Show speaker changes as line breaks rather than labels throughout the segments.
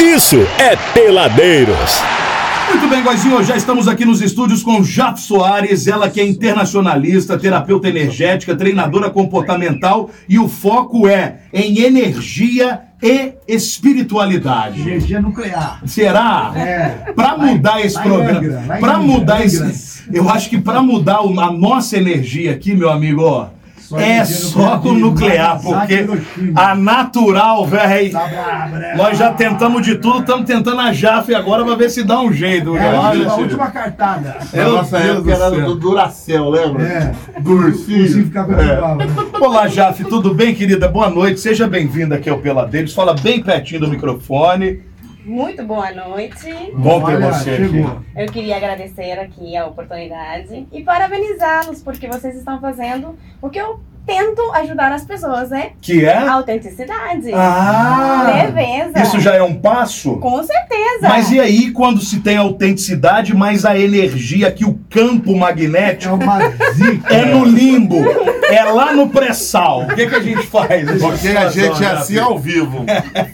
isso é Peladeiros.
Muito bem, Goizinho, já estamos aqui nos estúdios com Jaf Soares, ela que é internacionalista, terapeuta energética, treinadora comportamental e o foco é em energia e espiritualidade.
Energia nuclear.
Será?
É.
Pra
Vai-
mudar esse
vai Angra,
programa,
vai
pra
Angra,
mudar
vai
esse,
Angra.
eu acho que pra mudar o- a nossa energia aqui, meu amigo, ó,
Só
é
energia
só
nuclear
com
de
nuclear,
Nagasaki
porque
e Hiroshima.
a natural, velho.
Tá brabo, né?
Nós já tentamos de tudo, estamos tentando a Jaf agora pra ver se dá um jeito.
É
cara.
a última, a
Olha,
última cartada.
Na
Meu
nossa
Deus do
época era
céu.
do Duracel, lembra?
É.
Do
Inclusive,
ursinho. É.
ficar com
É.
a bala.
Olá, Jaf, tudo bem, querida? Boa noite, seja bem-vinda aqui ao Peladeiros. Fala bem pertinho do microfone.
Muito boa noite.
Bom ter
Olha,
é você
chegou.
aqui.
Eu queria agradecer aqui a oportunidade e parabenizá-los porque vocês estão fazendo o que eu tento ajudar as pessoas, né?
Que é?
A autenticidade.
Ah!
Leveza.
Isso já é um passo?
Com certeza.
Mas e aí quando se tem autenticidade, mas a energia que o campo
É
magnético
uma zica.
é no limbo, é lá no pré-sal? O que, que a gente faz?
Porque a gente é assim ao vivo.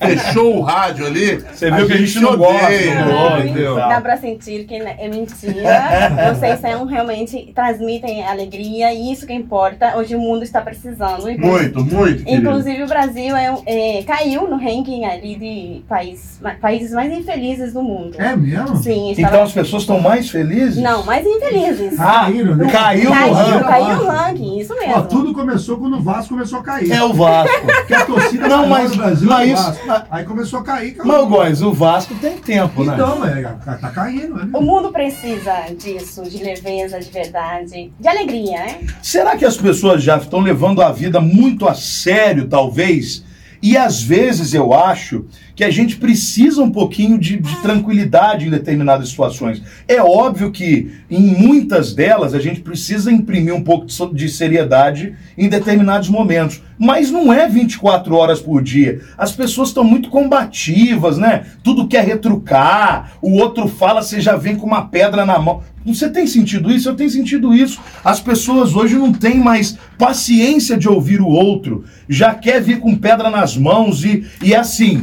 Fechou o rádio ali.
Você viu que a gente não gosta,
odeia,
não
Ai,
gosta,
entendeu?
tá.
dá pra sentir que é mentira. Vocês são realmente transmitem alegria e isso que importa. Hoje o mundo está precisando. Então,
Muito, muito, querido.
Inclusive o Brasil é um- é, caiu no ranking ali de país- ma- países mais infelizes do mundo.
É mesmo?
Sim,
Então
estava...
as pessoas estão mais felizes?
Não, mais infelizes.
Caíram, né?
Caiu no
caiu,
ranking.
caiu no ranking, isso mesmo.
Ó, tudo começou quando o Vasco começou a cair.
É o Vasco.
Porque a torcida
Não,
maior
mas-
do Brasil
mas
é o
isso-
Vasco. Aí começou a cair. caiu.
Mas, Góis, o Vasco tem tempo, né?
Então, é, tá caindo, né?
O mundo precisa disso, de leveza, de verdade, de alegria, né?
Será que as pessoas já estão levando a vida muito a sério, talvez? E às vezes eu acho que a gente precisa um pouquinho de, de tranquilidade em determinadas situações. É óbvio que em muitas delas a gente precisa imprimir um pouco de so- de seriedade em determinados momentos. Mas não é 24 horas por dia. As pessoas estão muito combativas, né? Tudo quer retrucar, o outro fala, você já vem com uma pedra na mão. Você tem sentido isso? Eu tenho sentido isso. As pessoas hoje não têm mais paciência de ouvir o outro, já quer vir com pedra nas mãos e, e é assim.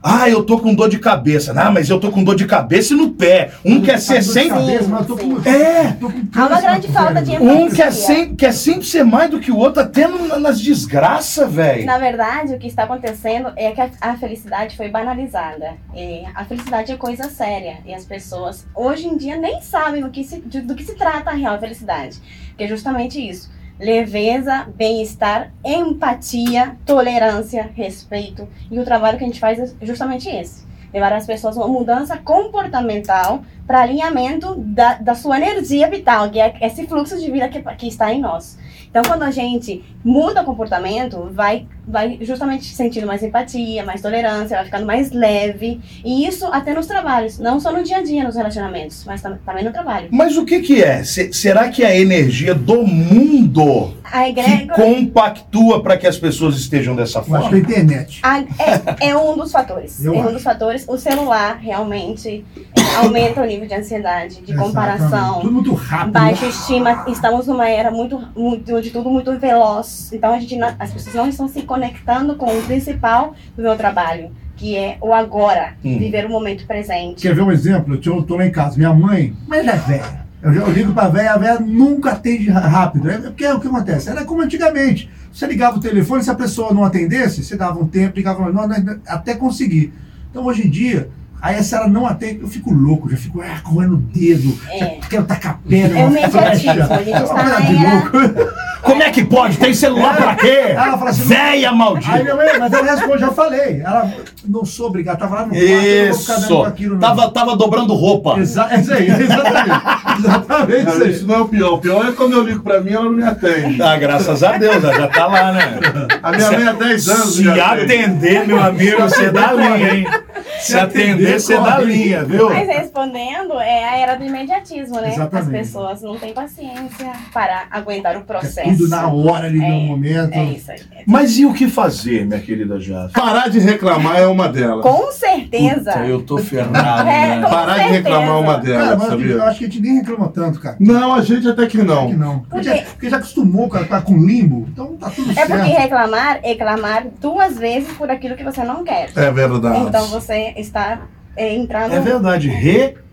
Ah, eu tô com dor de cabeça. Ah, mas eu tô com dor de cabeça e no pé. Um quer ser
sem
sempre.
Tá cabeça, mas eu tô com...
É.
Tô com
Há uma
câncer
grande
no
falta de
cérebro.
Um quer,
empatia.
sem, quer sempre ser mais do que o outro, até no- nas desgraças, velho.
Na verdade, o que está acontecendo é que a, a felicidade foi banalizada. É, a felicidade é coisa séria e as pessoas hoje em dia nem sabem do que se, de- do que se trata a real felicidade, que é justamente isso: leveza, bem-estar, empatia, tolerância, respeito e o trabalho que a gente faz é justamente esse. Levar as pessoas a uma mudança comportamental para alinhamento da, da sua energia vital, que é esse fluxo de vida que, que está em nós. Então, quando a gente muda o comportamento, vai, vai justamente sentindo mais empatia, mais tolerância, vai ficando mais leve. E isso até nos trabalhos, não só no dia a dia, nos relacionamentos, mas tam- também no trabalho.
Mas o que que é? Se- será que é a energia do mundo
A
que
egrégora
compactua para que as pessoas estejam dessa
Eu acho que
forma?
é a internet.
a- é, é um dos fatores.
Eu
é
acho.
um dos fatores. O celular realmente é, aumenta o nível de ansiedade, de
Exatamente.
comparação.
Tudo muito rápido.
Baixa estima, estamos numa era muito, muito de tudo muito veloz. Então a gente não- as pessoas não estão se conectando com o principal do meu trabalho, que é o agora,
Hum.
viver o momento presente.
Quer ver um exemplo? Eu tinha- Eu tô lá em casa, minha mãe, mas ela é velha. Eu, já- eu ligo pra velha, a velha nunca atende ra- rápido. É porque é o que acontece? Era como antigamente. Você ligava o telefone, se a pessoa não atendesse, você dava um tempo, ligava, não, não, não, até conseguir. Então hoje em dia, aí se ela não atende, eu fico louco, já fico ah, correndo o dedo,
É.
já quero tacar pedra.
É o
uma
mediatismo,
flecha.
a gente né?
É uma
está
coisa
na
de
era-
louco.
Como é que pode? Tem celular pra quê?
Ela fala assim,
Véia
Aí
maldita!
minha mãe, mas ela responde, já falei. Ela, não sou obrigado, tava lá no quarto, eu não vou ficar dando
Isso!
com aquilo. não.
Tava, tava dobrando roupa.
Exa é isso aí, exatamente. exatamente isso aí.
Cara, Isso não é o pior. O pior é quando eu ligo pra mim, ela não me atende.
Ah, graças a Deus, ela já tá lá, né?
A minha mãe há 10 anos.
Se
já atende.
atender, meu amigo, você dá linha, hein? Se atender, você dá linha, viu?
Mas respondendo, é a era do imediatismo, né?
Exatamente.
As pessoas não têm paciência para aguentar o
É
processo.
tudo na hora ali,
É,
no momento.
É isso aí.
Mas e o que fazer, minha querida Jaf?
Parar de reclamar é uma delas.
Com
certeza.
Puta, eu tô ferrado,
É,
né?
com
Parar de
certeza.
reclamar uma
É,
Cara,
delas,
mas eu, eu
sabia?
acho que a gente nem reclama tanto, cara.
Não, a gente até que
Acho que
não.
não.
Por
Porque já,
quê?
porque já acostumou, cara, tá com limbo, então tá tudo
É
certo.
porque reclamar é clamar duas vezes por aquilo que você não quer.
É verdade.
Então você está é, entrando
É verdade, reclamar. né?
em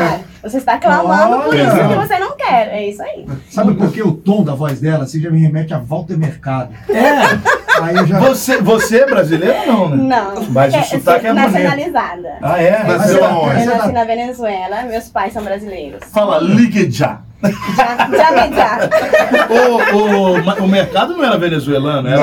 clamar. Você está clamando por
Olha.
isso que você não quer. É isso aí.
Sabe por que o tom da voz dela assim já me remete a Walter Mercado?
É,
Aí eu já.
você, você é brasileiro não, né?
Não.
Mas o
eu
sotaque
sou
é bonito.
Nacionalizada.
Ah, tá- é?
Mas
Mas
eu-
ela-
aonde?
mas
Eu
ela-
nasci na Venezuela, meus pais são brasileiros.
Fala, ligue já.
Já, já, me já.
O, o, ma- o mercado não era venezuelano, era...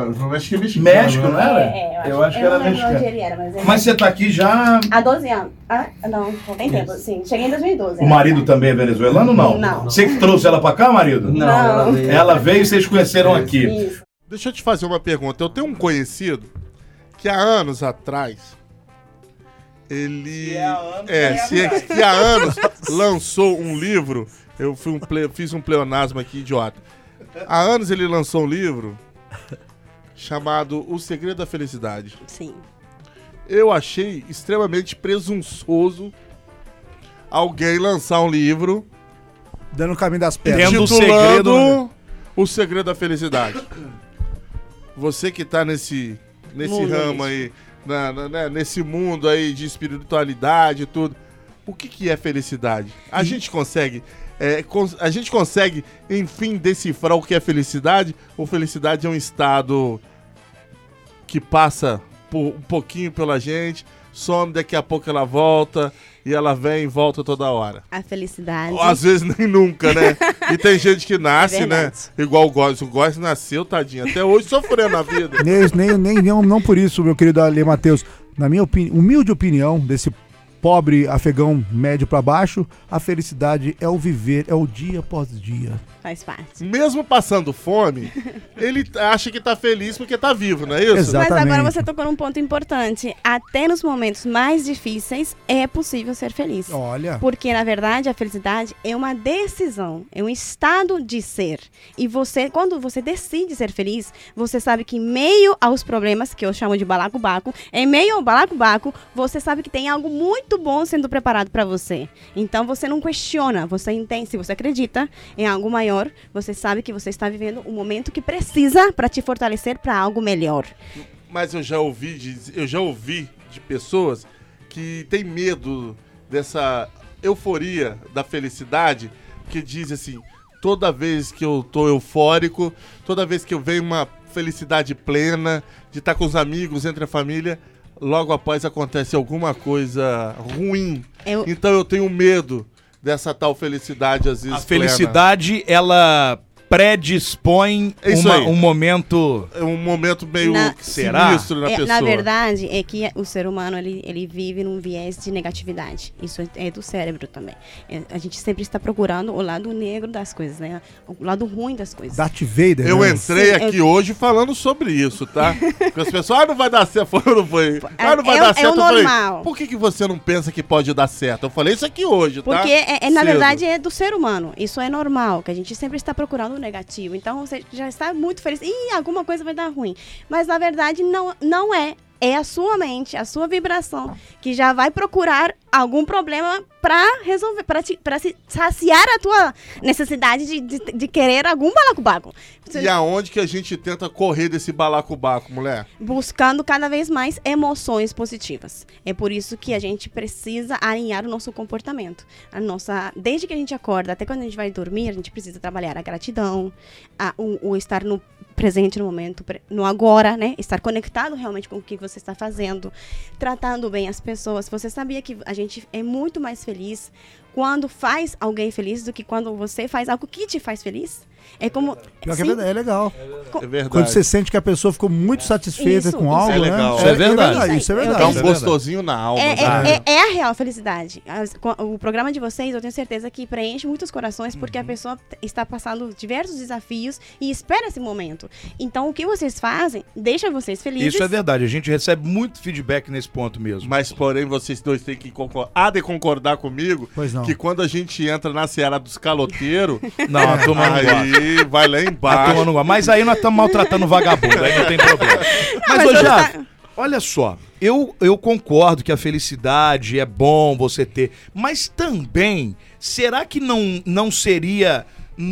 Não, é, não acho que é mexicano.
México,
né?
né? Era?
É, é,
Eu acho que
eu
era
um
não lembro onde
mexicano.
ele era, mas ele...
Mas você tá aqui já...
Há 12 anos. Ah, não, não tem tempo, sim. Cheguei em 2012.
O marido também é venezuelano ou não?
Não.
Você que trouxe ela pra cá, marido?
Não.
Não, ela veio.
Ela veio e vocês conheceram
É.
aqui.
Isso.
Deixa eu te fazer uma pergunta. Eu tenho um conhecido que há anos atrás ele é, se é que há anos lançou um livro. Eu fui um ple- fiz um pleonasmo aqui idiota. Há anos ele lançou um livro chamado O Segredo da Felicidade.
Sim.
Eu achei extremamente presunçoso alguém lançar um livro
Dando o caminho das pedras.
titulando
Tendo o segredo.
O Segredo da Felicidade. Você que tá nesse, nesse
Mundo
ramo aí, na- na- né, nesse mundo aí de espiritualidade e tudo, o que, que é felicidade? A gente consegue. é, cons- a gente consegue, enfim, decifrar o que é felicidade? Ou felicidade é um estado que passa por, um pouquinho pela gente, some, daqui a pouco ela volta, e ela vem e volta toda hora.
A felicidade.
Ou às vezes nem nunca, né? E tem gente que nasce,
É
né?
verdade.
Igual o Góis. O Góis nasceu, tadinho. Até hoje sofreu na vida.
Nem, nem, nem, não, não por isso, meu querido Ale Matheus. Na minha opini- humilde opinião, desse pobre afegão médio pra baixo, a felicidade é o viver, é o dia após dia.
Faz parte.
Mesmo passando fome, ele acha que tá feliz porque tá vivo, não é isso?
Exato. Exatamente.
Mas agora você tocou num ponto importante. Até nos momentos mais difíceis é possível ser feliz.
Olha.
Porque, na verdade, a felicidade é uma decisão, é um estado de ser. E você, quando você decide ser feliz, você sabe que em meio aos problemas, que eu chamo de balacobaco, em meio ao balacobaco, você sabe que tem algo muito bom sendo preparado para você. Então, você não questiona, você entende, se você acredita em algo maior, você sabe que você está vivendo um momento que precisa para te fortalecer para algo melhor.
Mas eu já ouvi de, eu já ouvi de pessoas que têm medo dessa euforia da felicidade, que dizem assim, toda vez que eu tô eufórico, toda vez que eu venho uma felicidade plena, de estar com os amigos, entre a família, logo após acontece alguma coisa ruim.
Eu-
Então eu tenho medo dessa tal felicidade às vezes
A
plena.
felicidade, ela predispõe
É isso
uma-
aí.
um momento.
É um momento meio
Na-
Será?
sinistro na
É,
pessoa.
na verdade, é que o ser humano ele, ele vive num viés de negatividade. Isso é- é do cérebro também. É, a gente sempre está procurando o lado negro das coisas, né? O lado ruim das coisas.
Darth Vader.
Eu
né?
entrei
Sim,
aqui hoje falando sobre isso, tá? Porque as pessoas, ah, não vai dar certo, foi ou não foi? Ah, não vai
é-
dar
é o
certo, eu falei,
normal.
Por que, que você não pensa que pode dar certo? Eu falei isso aqui hoje, tá?
Porque, é, é, na
Cedo.
verdade, é do ser humano. Isso é normal, que a gente sempre está procurando o negativo. Então, você já está muito feliz. Ih, alguma coisa vai dar ruim. Mas, na verdade, não, não é. É a sua mente, a sua vibração, que já vai procurar algum problema para resolver, para saciar a tua necessidade de, de, de querer algum balacobaco. Você-
E aonde que a gente tenta correr desse balacobaco, mulher?
buscando cada vez mais emoções positivas. É por isso que a gente precisa alinhar o nosso comportamento. A nossa, desde que a gente acorda até quando a gente vai dormir, a gente precisa trabalhar a gratidão, a- o, o estar no presente no momento, pre- no agora, né? Estar conectado realmente com o que você está fazendo, tratando bem as pessoas. Você sabia que a gente é muito mais feliz quando faz alguém feliz do que quando você faz algo que te faz feliz? É como
Pior que é
Sim,
verdade, é legal.
É verdade.
Quando você sente que a pessoa ficou muito satisfeita
É. Isso,
com
isso.
algo,
É legal.
né?
Isso é
verdade.
Isso é
Eu
verdade.
Dá um
Isso é
gostosinho na alma.
É,
tá?
é- é- é a real felicidade. As- co- o programa de vocês, eu tenho certeza que preenche muitos corações, porque
Uhum.
a pessoa t- está passando diversos desafios e espera esse momento. Então, o que vocês fazem deixa vocês felizes.
Isso é verdade. A gente recebe muito feedback nesse ponto mesmo.
Mas, porém, vocês dois têm que concordar. Há de concordar comigo
Pois não.
que quando a gente entra na seara dos caloteiros,
Não,
Ah,
a turma não gosta.
aí vai lá
A turma
embaixo.
não gosta. Mas aí nós estamos maltratando o vagabundo, aí não tem problema.
Ah,
Mas, ô
eu
Jaf,
tá-
Olha só, eu, eu concordo que a felicidade é bom você ter, mas também, será que não, não seria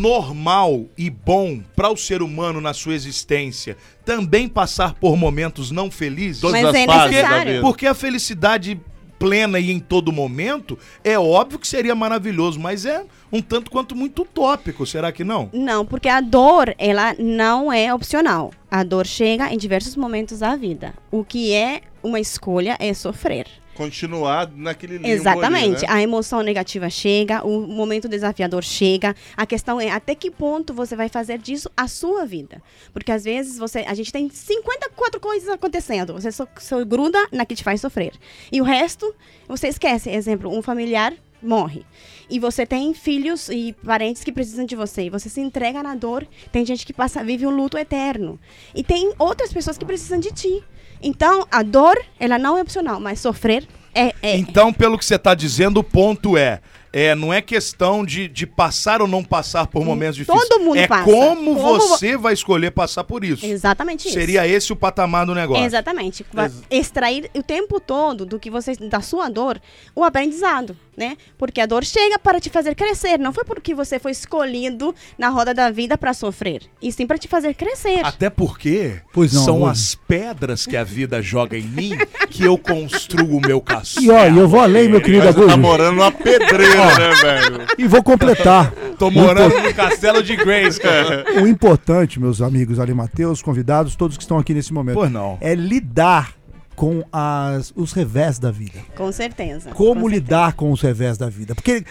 normal e bom para o ser humano na sua existência também passar por momentos não felizes?
Todas
Mas
as
é
fases da
necessário.
vida.
Porque a felicidade plena e em todo momento é óbvio que seria maravilhoso, mas é um tanto quanto muito utópico, será que não?
Não, porque a dor, ela não é opcional. A dor chega em diversos momentos da vida. O que é uma escolha é sofrer.
Continuar naquele limbo
Exatamente.
ali, né?
A emoção negativa chega, o momento desafiador chega. A questão é até que ponto você vai fazer disso a sua vida. Porque às vezes você, a gente tem 54 coisas acontecendo. Você só, só gruda na que te faz sofrer. E o resto, você esquece. Exemplo, um familiar morre. E você tem filhos e parentes que precisam de você. E você se entrega na dor. Tem gente que passa, vive um luto eterno. E tem outras pessoas que precisam de ti. Então, a dor, ela não é opcional, mas sofrer é, é,
Então, pelo que você está dizendo, o ponto é, é não é questão de, de passar ou não passar por momentos
Todo
difíceis.
mundo
é
passa.
como,
Como
você vai escolher passar por isso.
Exatamente isso.
Seria esse o patamar do negócio.
Exatamente. Va- Extrair o tempo todo do que você da sua dor o aprendizado, né? Porque a dor chega para te fazer crescer, não foi porque você foi escolhido na roda da vida para sofrer, e sim para te fazer crescer.
Até porque
Pois não,
são
hoje.
as pedras que a vida joga em mim que eu construo o meu castelo.
E ó, e eu vou além, meu querido
Mas você tá
Abujo,
morando numa pedreira, né, velho?
e vou completar.
Tô morando no castelo de Grace, cara.
O importante, meus amigos Ali Mateus, convidados, todos que estão aqui nesse momento,
Pois não.
é lidar com as, os revés da vida.
Com certeza.
Como
Com certeza.
lidar com os revés da vida? Porque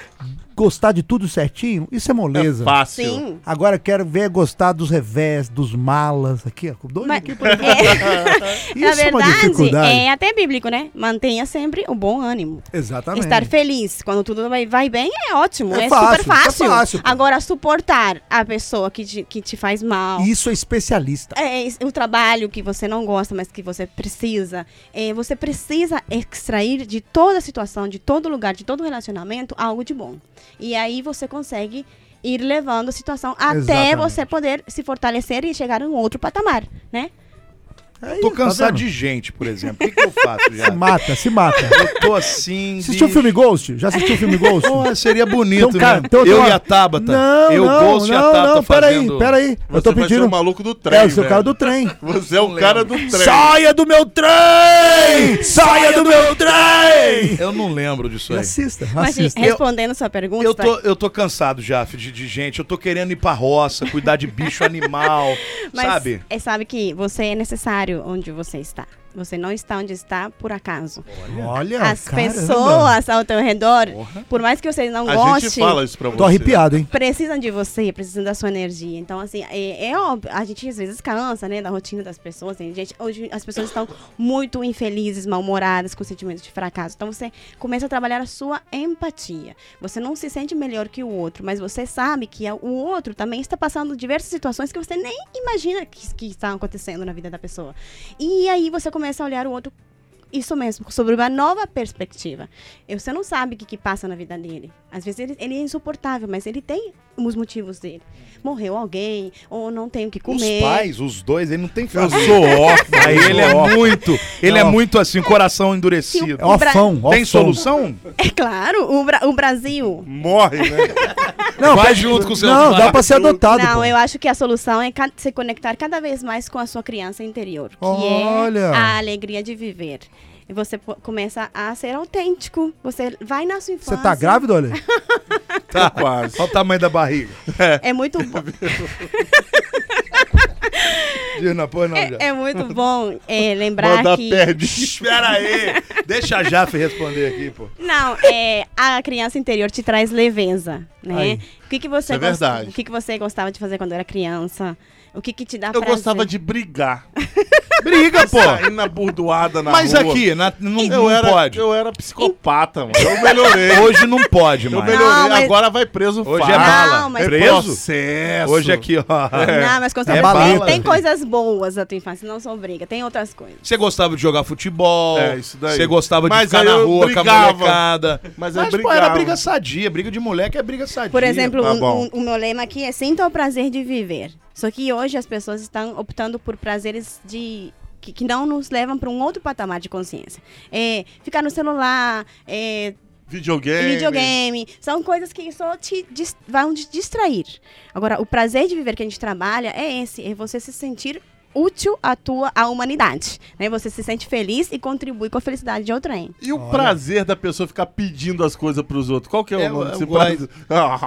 gostar de tudo certinho, isso é moleza.
É fácil.
Sim.
Agora eu quero ver gostar dos revés, dos malas, aqui, ó, com dois
Mas,
aqui.
é, na
Isso é uma
verdade,
dificuldade.
é até bíblico, né? Mantenha sempre o bom ânimo.
Exatamente.
Estar feliz quando tudo vai, vai bem é ótimo,
É
é,
fácil,
super fácil.
é fácil, pô.
Agora, suportar a pessoa que te, que te faz mal.
Isso é especialista.
É, é, o trabalho que você não gosta, mas que você precisa. É, você precisa extrair de toda situação, de todo lugar, de todo relacionamento, algo de bom. E aí você consegue ir levando a situação até
Exatamente.
você poder se fortalecer e chegar em um outro patamar, né?
É
Tô
isso, tá
cansado
vendo?
de gente, por exemplo. O que, que eu faço já?
Se mata, se mata.
Eu tô assim.
Assistiu o
bicho.
filme Ghost? Já assistiu o filme Ghost?
Pô, seria
Tem
bonito,
um cara-
né?
tem um- tem
eu
uma-
e a Tabata.
Não,
eu
não,
gosto e a
não,
Tabata
não,
fazendo...
Peraí, peraí. Eu
Você
tô
vai ser
pedindo.
o maluco do trem,
É, eu sou o
velho.
cara do trem.
Você é o
Não
cara do
lembro.
trem.
Saia do meu trem! Saia do meu trem!
Eu não lembro disso aí.
Assista,
Mas
assista.
respondendo sua pergunta,
Eu tô, eu tô cansado já de, de gente. Eu tô querendo ir pra roça, cuidar de bicho animal,
Mas
sabe?
É, sabe que você é necessário onde você está. Você não está onde está por acaso.
Olha,
As
Ah,
é
caramba.
pessoas ao teu redor, por mais que você não
A
goste,
gente fala isso pra você.
Tô arrepiado, hein?
precisam de você, precisam da sua energia. Então, assim, é, é óbvio, a gente às vezes cansa, né, da rotina das pessoas. Tem gente, hoje as pessoas estão muito infelizes, mal-humoradas, com sentimentos de fracasso. Então, você começa a trabalhar a sua empatia. Você não se sente melhor que o outro, mas você sabe que a- o outro também está passando diversas situações que você nem imagina que, que estão acontecendo na vida da pessoa. E aí você começa a olhar o outro isso mesmo, sobre uma nova perspectiva. E Você não sabe o que, que passa na vida dele. Às vezes ele, ele é insuportável, mas ele tem os motivos dele. Morreu alguém, ou não tem o que comer.
Os pais, os dois, ele não tem filho.
Eu sou órfão.
Aí ele é muito, ele é
Não.
muito assim, coração
Se
endurecido.
É
o Bra-
ofão, ofão.
Tem solução?
É claro, o, Bra- o Brasil.
Morre, né?
Não,
Vai
pra-
junto com o seu
Não, dá
pai.
pra ser adotado.
Não,
pô.
eu acho que a solução é ca- se conectar cada vez mais com a sua criança interior, que
Olha!
é a alegria de viver. E você po- começa a ser autêntico. Você vai na sua infância.
Você tá grávido, olha?
Tá, quase. Olha o tamanho da barriga.
É muito bom.
Diz, Não, pois não, já.
É, é muito bom é, lembrar
Manda
que.
perde.
Espera aí. Deixa a Jaffe responder aqui, pô.
Não, é, a criança interior te traz leveza, né?
Aí.
O que, que você
Isso é
gost-
verdade.
O que, que você gostava de fazer quando era criança? O que, que te dá
Eu
prazer?
gostava de brigar.
Briga, pô.
Sair na burdoada na
Mas
rua.
aqui, na- não,
Eu
não
era,
pode.
eu era psicopata, mano. Eu melhorei.
Hoje não pode
Eu
mais.
melhorei.
Não, mas-
Agora vai preso
Hoje é
fácil.
bala.
Não, mas-
Preso?
Processo.
Hoje é aqui, ó.
Não, mas
É
constante,
bala,
tem
né?
coisas boas na tua infância, não só briga, tem outras coisas.
Você gostava de jogar futebol.
É, isso daí.
Você gostava de
Mas
ficar
aí
na
eu
rua
brigava.
com a molecada.
Mas é eu
Mas, pô, era
brigava.
briga É sadia. Briga de moleque é briga sadia.
Por exemplo,
tá
um-
bom.
um- o meu lema aqui é sinta o prazer de viver. Só que hoje as pessoas estão optando por prazeres de que, que não nos levam para um outro patamar de consciência. É, ficar no celular, é,
Videogame.
videogame, são coisas que só te dis- vão te distrair. Agora, o prazer de viver que a gente trabalha é esse, é você se sentir útil à tua à humanidade, né? Você se sente feliz e contribui com a felicidade de outrem.
E o prazer da pessoa ficar pedindo as coisas pros outros? Qual que é o
É,
nome
eu
desse
gosto.
prazer?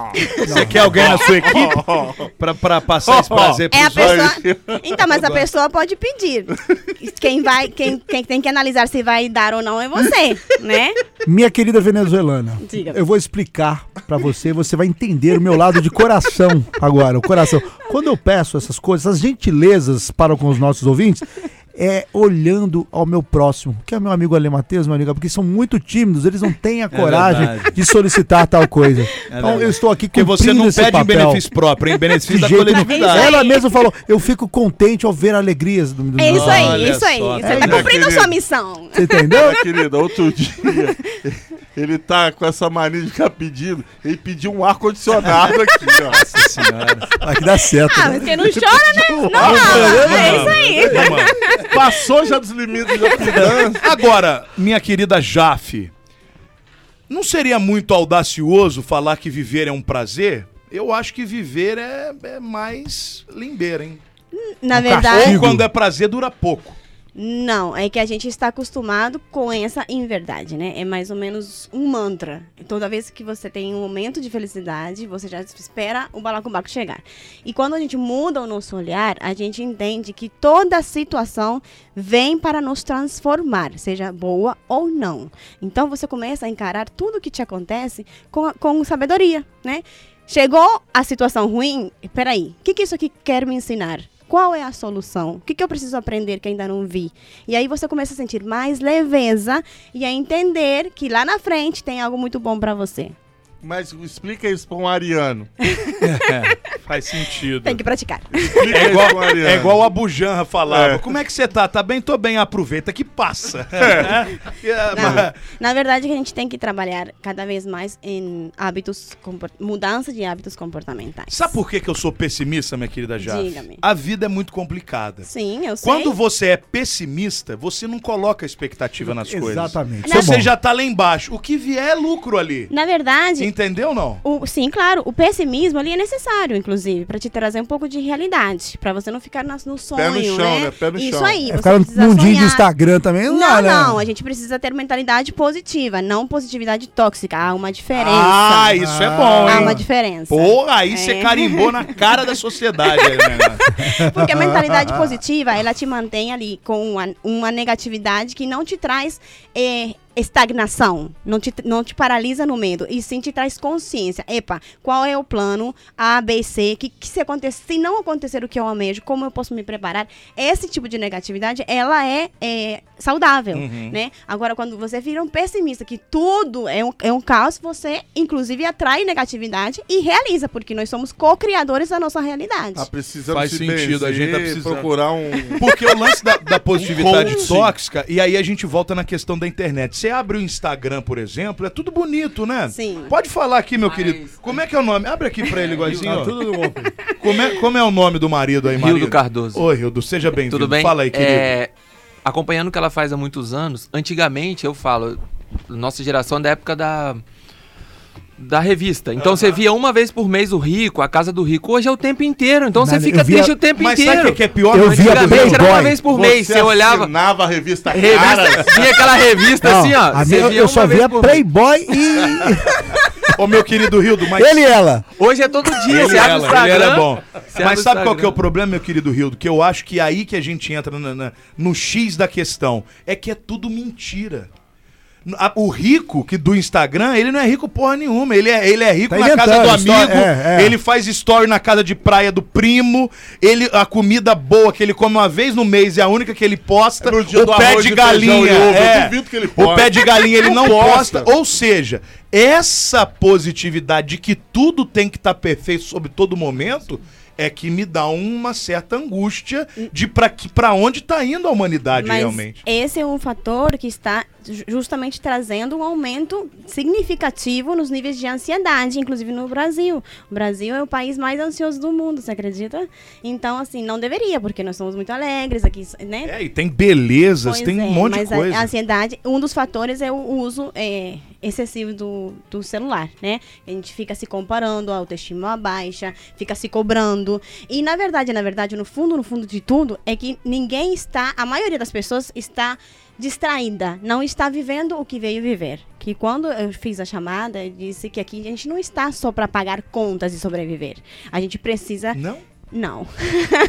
Ah,
Você quer alguém na sua equipe pra, pra passar esse prazer pros
É a
outros?
pessoa. Então, mas a pessoa pode pedir. Quem vai, quem, quem tem que analisar se vai dar ou não é você, né?
Minha querida venezuelana,
Diga.
eu vou explicar pra você, você vai entender o meu lado de coração agora, o coração. Quando eu peço essas coisas, essas gentilezas para com os nossos ouvintes, é olhando ao meu próximo, que é meu amigo Ale Matheus, meu amigo, porque são muito tímidos, eles não têm a coragem
É verdade. É
de solicitar tal coisa. então
verdade.
eu estou aqui
Porque
cumprindo
você não
esse
pede em
papel.
benefício próprio, em benefício
De
da
jeito nenhum.
coletividade.
Ela mesma falou, eu fico contente ao ver alegrias do, do
É isso aí,
Olha
isso aí.
só,
Você
tá
tá
vendo?
cumprindo sua missão.
Você entendeu?
Minha querida, outro dia ele tá com essa mania de ficar pedindo. Ele pediu um ar-condicionado aqui, ó.
Nossa senhora.
Vai que dá certo.
Ah,
né? Tipo,
mas quem não chora, né? Não
mano.
rola. É isso aí.
Passou já dos limites da pedância.
Agora, minha querida Jaffe, não seria muito audacioso falar que viver é um prazer? Eu acho que viver é, é mais limbeira, hein?
Na
Ou
verdade,
quando é prazer, dura pouco.
Não, é que a gente está acostumado com essa inverdade, né? É mais ou menos um mantra. Toda vez que você tem um momento de felicidade, você já espera o balacobaco chegar. E quando a gente muda o nosso olhar, a gente entende que toda situação vem para nos transformar, seja boa ou não. Então você começa a encarar tudo que te acontece com, com sabedoria, né? Chegou a situação ruim, peraí, o que, que isso aqui quer me ensinar? Qual é a solução? O que, que eu preciso aprender que ainda não vi? E aí você começa a sentir mais leveza e a entender que lá na frente tem algo muito bom pra você.
Mas explica isso pra um ariano.
Faz sentido.
Tem que praticar.
Explica
É
isso
igual,
pra um ariano.
é igual a Bujanra falava.
É.
Como é que você tá? Tá bem? Tô bem. Aproveita que passa. É,
Na, na verdade, que a gente tem que trabalhar cada vez mais em hábitos, compor- mudança de hábitos comportamentais.
Sabe por que, que eu sou pessimista, minha querida Jaffe?
Diga-me.
A vida é muito complicada.
Sim, eu sei.
Quando você é pessimista, você não coloca expectativa nas coisas.
Exatamente.
Se
Isso é
Você
bom.
já tá lá embaixo. O que vier é lucro ali.
Na verdade,
Entendeu ou não?
O- sim, claro. O pessimismo ali é necessário, inclusive, pra te trazer um pouco de realidade, pra você não ficar nas, no sonho,
chão, né? Pé no
Isso
chão.
aí.
É,
você
ficaram
precisa
num dia de
sonhar.
Instagram também.
Não,
dá,
não,
né?
A gente precisa ter mentalidade positiva, não positividade tóxica. Há uma diferença.
Ah, isso é bom,
Há
hein?
uma diferença.
Porra, aí você
É.
carimbou na cara da sociedade. aí, né?
Porque a mentalidade positiva, ela te mantém ali com uma, uma negatividade que não te traz eh, estagnação, não te, não te paralisa no medo, e sim te traz consciência. Epa, qual é o plano A, B, C, que, que se acontecer, se não acontecer o que eu almejo, como eu posso me preparar? Esse tipo de negatividade, ela é, eh, saudável, né? Agora, quando você vira um pessimista, que tudo é um, é um caos, você, inclusive, atrai negatividade e realiza, porque nós somos co-criadores da nossa realidade.
Tá precisando
Faz
se
sentido, a gente tá
benzer,
precisando.
procurar um...
Porque o lance da, da positividade
coaching.
tóxica, e aí a gente volta na questão da internet. Você abre o Instagram, por exemplo, é tudo bonito, né?
Sim.
Pode falar aqui, meu querido. Como é que é o nome? Abre aqui pra ele, igualzinho.
tá
ó.
Tudo bom, filho.
Como é, como é o nome do marido aí, marido?
Rildo Cardoso.
Ô, Rildo, seja bem-vindo.
Tudo bem?
Fala aí, querido.
É, acompanhando o que ela faz há muitos anos, antigamente eu falo, nossa geração é da época da da revista. Então você via uma vez por mês o rico, a casa do rico. Hoje é o tempo inteiro. Então você
Mano,
fica
eu via-
triste o tempo
Mas
inteiro.
sabe o que é pior?
Eu vi a
Antigamente era uma
Playboy.
vez por mês. Você olhava
assinava a revista Cara.
revista, via aquela revista
Não,
assim, ó.
a
você
minha-
via
eu
uma
só
vez
via
por mês.
Playboy e
Ô, meu querido Rildo, mas...
ele e ela.
Hoje é todo dia.
Ele
você abre o
era, ele era
Instagram,
bom.
você abre
Mas
o
sabe qual que é o
Instagram.
problema, meu querido Rildo? Que eu acho que é aí que a gente entra na- na- no X da questão. É que é tudo mentira. N- a- O rico que do Instagram, ele não é rico porra nenhuma. Ele é, ele é rico
Tá
na casa do
inventando
amigo,
história, é, é.
ele faz story na casa de praia do primo, ele a comida boa que ele come uma vez no mês é a única que ele posta.
É no dia
o
do
pé
arroz
de
e feijão
galinha.
e ovo, eu
é.
duvido que ele
o
poste.
pé de galinha ele não
Não posta.
posta. Ou seja, essa positividade de que tudo tem que estar perfeito sobre todo momento é que me dá uma certa angústia de para que para onde está tá indo a humanidade
Mas
realmente.
esse é um fator que está ju- justamente trazendo um aumento significativo nos níveis de ansiedade, inclusive no Brasil. O Brasil é o país mais ansioso do mundo, você acredita? Então, assim, não deveria, porque nós somos muito alegres aqui, né?
É, e tem belezas,
Pois
tem
é,
um monte de
mas a-
coisa.
A, ansiedade, um dos fatores é o uso é, excessivo do, do celular, né? A gente fica se comparando, a autoestima baixa, fica se cobrando. E na verdade, na verdade, no fundo, no fundo de tudo, é que ninguém está, a maioria das pessoas está distraída, não está vivendo o que veio viver. Que quando eu fiz a chamada, eu disse que aqui a gente não está só para pagar contas e sobreviver. A gente precisa
Não?
não.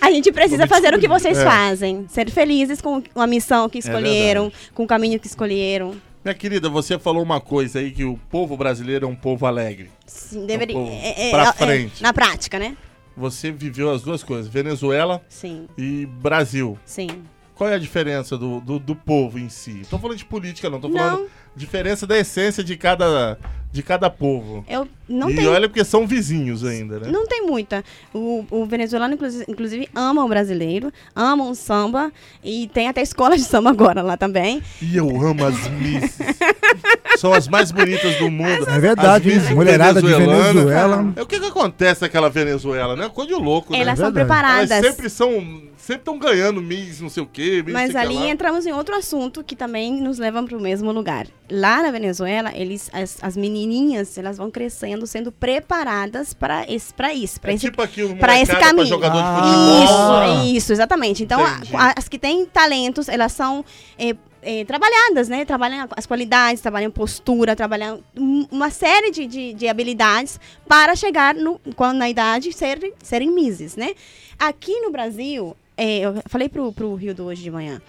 a gente precisa fazer o que
É.
vocês fazem. Ser felizes com a missão que escolheram, com o caminho que escolheram.
Minha querida, você falou uma coisa aí que o povo brasileiro é um povo alegre.
Sim, deveria. é,
Então, pra frente.
na prática, né?
Você viveu as duas coisas, Venezuela
Sim,
e Brasil.
sim.
Qual é a diferença do, do, do povo em si? Tô falando de política, não. Tô falando
Não.
diferença da essência de cada, de cada povo.
Eu não
e
tenho.
olha porque são vizinhos ainda, né?
Não tem muita. O, o venezuelano, inclusi- inclusive, ama o brasileiro, ama o samba, e tem até escola de samba agora lá também.
E eu amo as misses. são as mais bonitas do mundo.
É verdade,
As misses
hein? Mulherada de
venezuelanas.
Venezuela.
É o que que acontece naquela Venezuela, né? Coisa de louco, né?
Elas são
verdade.
preparadas.
Elas sempre são. Sempre estão ganhando mês, não sei o quê. mês
Mas é
sei que
ali
lá.
entramos em outro assunto que também nos leva para o mesmo lugar. Lá na Venezuela, eles, as, as menininhas, elas vão crescendo, sendo preparadas para esse, para isso, para
É
esse.
tipo aqui o
pra esse
molecada pra
caminho. Ah,
jogador de futebol.
Ah.
Isso, isso, exatamente. Então, a-
Entendi.
a- as que têm talentos, elas são é, é, trabalhadas, né? Trabalham as qualidades, trabalham postura, trabalham um- uma série de, de, de habilidades para chegar no, quando, na idade serem, serem mises, né? Aqui no Brasil, é, eu falei pro, pro Rio do hoje de manhã.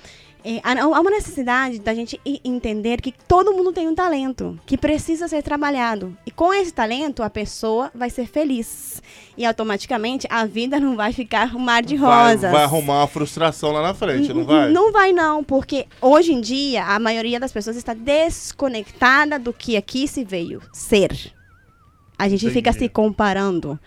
é, há há uma necessidade da gente e- entender que todo mundo tem um talento, que precisa ser trabalhado. E com esse talento, a pessoa vai ser feliz. E automaticamente a vida não vai ficar um mar de
Vai-
rosas.
Vai, arrumar uma frustração lá na frente, não
N-
vai?
Não vai não, porque hoje em dia a maioria das pessoas está desconectada do que aqui se veio ser. A gente fica
Entendi.
se comparando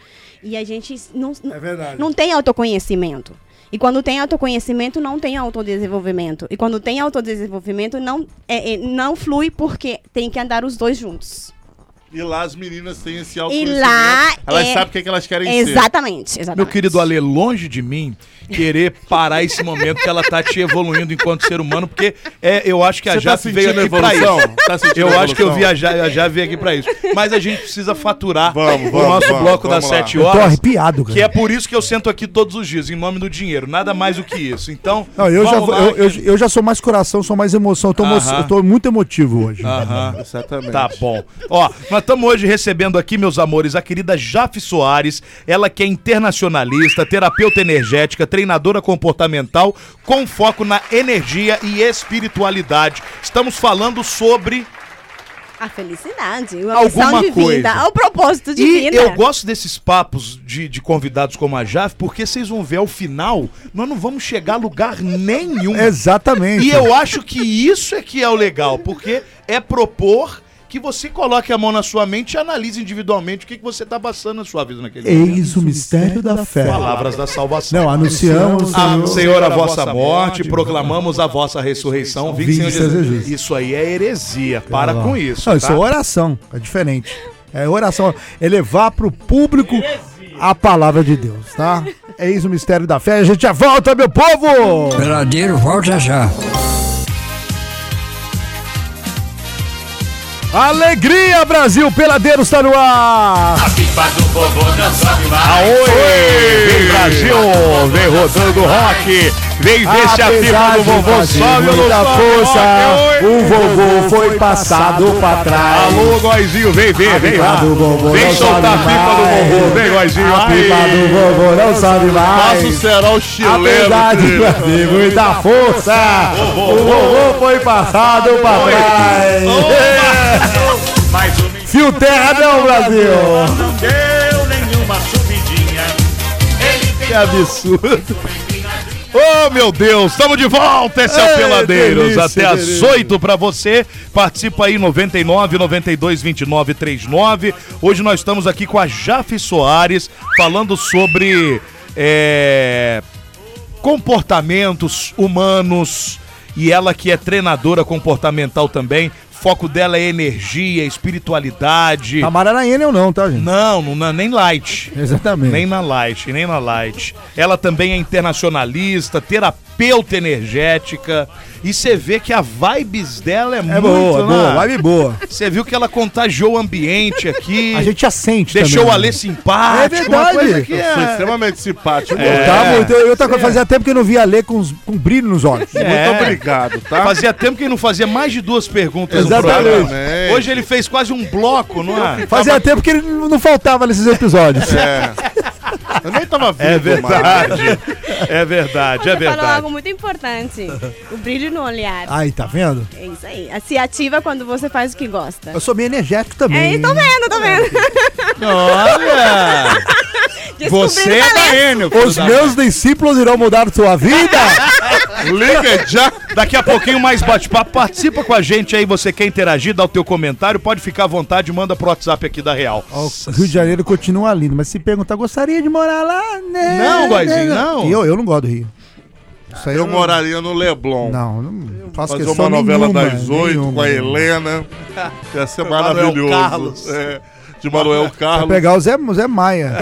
e a gente s- não,
É verdade.
não tem autoconhecimento. E quando tem autoconhecimento, não tem autodesenvolvimento. E quando tem autodesenvolvimento, não, é- é- não flui porque tem que andar os dois juntos.
E lá as meninas têm esse
E
autoconhecimento.
lá
Elas
é-
sabem o que, é que elas querem ser.
Exatamente, exatamente.
Meu querido Ale, longe de mim querer parar esse momento que ela tá te evoluindo enquanto ser humano, porque é, eu acho que a
Você tá
Jaf veio
sentindo
aqui pra
evolução?
isso.
Tá sentindo
Eu acho que eu
evolução?
vi a Ja- a Jaf veio aqui pra isso. Mas a gente precisa faturar
Vamos,
o
vamos,
nosso
vamos,
bloco das
vamos lá.
sete
Eu tô
horas.
arrepiado, cara.
Que é por isso que eu sento aqui todos os dias, em nome do dinheiro. Nada mais do que isso. Então.
Não, eu, já,
vamos
vou-
lá,
eu, eu-
que-
eu já sou mais coração, sou mais emoção. Eu tô, emo-
Aham.
eu tô muito emotivo hoje.
Aham.
Exatamente.
Tá bom. Ó, nós estamos hoje recebendo aqui, meus amores, a querida Jaf Soares. Ela que é internacionalista, terapeuta energética, treinadora comportamental, com foco na energia e espiritualidade. Estamos falando sobre.
A felicidade, uma
Alguma
missão de
coisa.
vida, o propósito de
E
vida.
eu gosto desses papos de, de convidados como a Jaf, porque vocês vão ver ao final, nós não vamos chegar a lugar nenhum.
Exatamente.
E eu acho que isso é que é o legal, porque é propor que você coloque a mão na sua mente e analise individualmente o que, que você está passando na sua vida naquele momento.
Eis o mistério da fé.
Palavras da salvação.
Não, anunciamos.
Ah,
Senhor,
Senhor, a vossa morte, proclamamos a vossa ressurreição. Vinde, Senhor Jesus. Isso aí é heresia. Para com isso.
Não, isso
tá?
é oração. É diferente. É oração. É levar pro público a palavra de Deus, tá? Eis o mistério da fé. A gente já volta, meu povo!
Peladeiro, volta já.
Alegria, Brasil! Peladeiro está no ar!
Aoi! Vem Brasil! Vem rodando o rock! Vem ver se a pipa do vovô sobe ou não
da
sobe!
força,
rock, aoi!
o vovô foi passado pra trás.
Alô, Góizinho, vem ver, vem
pipa
lá!
do vovô
Vem
não
soltar a
sobe
pipa do
mais.
vovô, vem, Góizinho!
A pipa do vovô não sabe
Passa o
mais.
cerol chileno.
Apesar de
querido.
fazer muita força, o vovô foi passado pra trás.
Mais uma em
Fio terra não, Brasil!
não deu nenhuma subidinha!
Que absurdo. Oh, meu Deus, estamos de volta. Esse é o
Ei,
Peladeiros.
delícia,
Até às
delícia.
8 para você. Participa aí 99 92 29 39. Hoje nós estamos aqui com a Jaf Soares falando sobre é, comportamentos humanos e ela que é treinadora comportamental também. Foco dela é energia, espiritualidade.
Tamara Araiena eu não, tá, É gente?
Não, não, não, nem light.
Exatamente.
Nem na light, nem na light. Ela também é internacionalista, terapeuta energética. E você vê que a vibes dela é,
é
muito
boa,
né?
boa, vibe boa.
Você viu que ela contagiou o ambiente aqui.
A gente já sente
deixou o
também.
Alê simpático.
É verdade.
uma coisa que
Foi
é...
extremamente simpático.
Eu tava, eu, Tá eu tava fazia tempo que eu não via Lê com, os- com brilho nos olhos.
É.
Muito obrigado, tá?
Fazia tempo que ele não fazia mais de duas perguntas
Exatamente.
no programa. Hoje ele fez quase um bloco, não é?
Fazia tempo que ele não faltava nesses episódios.
É. Eu nem tava vivo,
É
mano.
verdade. É verdade,
Você
é
falou
verdade.
algo muito importante. O brilho no olhar.
Aí, tá vendo?
É isso aí. Se ativa quando você faz o que gosta.
Eu sou meio energético
É,
também.
e tô vendo, tô vendo.
Olha! Você é da Enio,
Os meus discípulos irão mudar sua vida?
Liga já! Daqui a pouquinho mais bate-papo. Participa com a gente aí. Você quer interagir, dá o teu comentário. Pode ficar à vontade, manda pro WhatsApp aqui da Real.
Ó, o Rio de Janeiro continua lindo, mas se perguntar, gostaria de morar lá? Né?
Não, Guazinho, não.
Eu, eu não gosto do Rio. Isso aí
Eu moraria no Leblon.
Não, não faço
Fazer
questão
uma novela
nenhuma,
das oito com
nenhuma.
a Helena. Ia ser maravilhoso.
Carlos.
É, de Manuel
Vai
Carlos.
pegar o Zé, o Zé
É
Maia.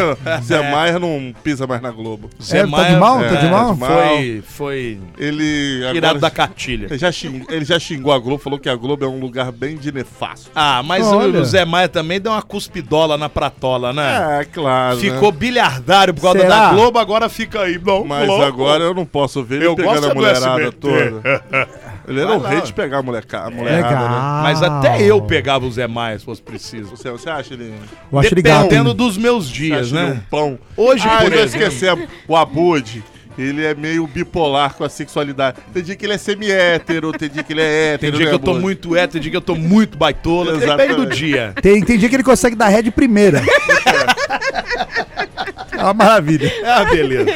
Zé Maier não pisa mais na Globo.
É, tá de mal? Tá de
é,
mal?
Foi, foi
Ele
tirado
agora...
da cartilha.
Ele já, xing- ele já xingou a Globo, falou que a Globo é um lugar bem de nefasto.
Ah, mas
Olha.
o Zé Maia também deu uma cuspidola na pratola, né?
É, claro.
Ficou bilhardário por causa
Será?
da Globo, agora fica aí. Não,
Mas
louco.
agora eu não posso ver ele
Eu
pegando
gosto
a
do
mulherada
SBT.
toda. Ele era
Vai
o
lá,
rei
ué.
de pegar a, moleca, a mulherada, né?
Legal.
Mas até eu pegava o Zé Maia se fosse preciso.
Você, você acha ele,
Eu acho ele gato.
Dependendo
hein?
dos meus
você
dias,
acha ele um
né?
pão?
Hoje,
ah,
por
não
exemplo.
esquecemos, o Abude, ele é meio bipolar com a sexualidade. Tem dia que ele é semi-hétero, tem dia que ele é
Tem
hétero.
dia
né,
que eu tô
Abude?
muito hétero, tem dia que eu tô muito baitola. Depende
Exatamente.
do dia.
Tem, tem dia que ele consegue dar ré de primeira. é uma maravilha.
Ah, beleza.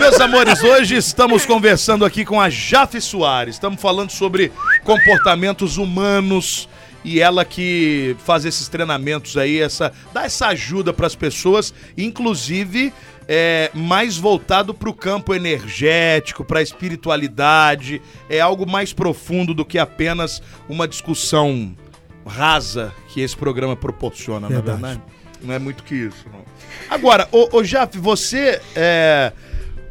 Meus amores, hoje estamos conversando aqui com a Jafe Soares. Estamos falando sobre comportamentos humanos e ela que faz esses treinamentos aí, essa dá essa ajuda para as pessoas, inclusive é, mais voltado para o campo energético, para a espiritualidade. É algo mais profundo do que apenas uma discussão rasa que esse programa proporciona, na
Verdade.
verdade. Não é muito que isso, não. Agora, ô, ô Jaf, você é,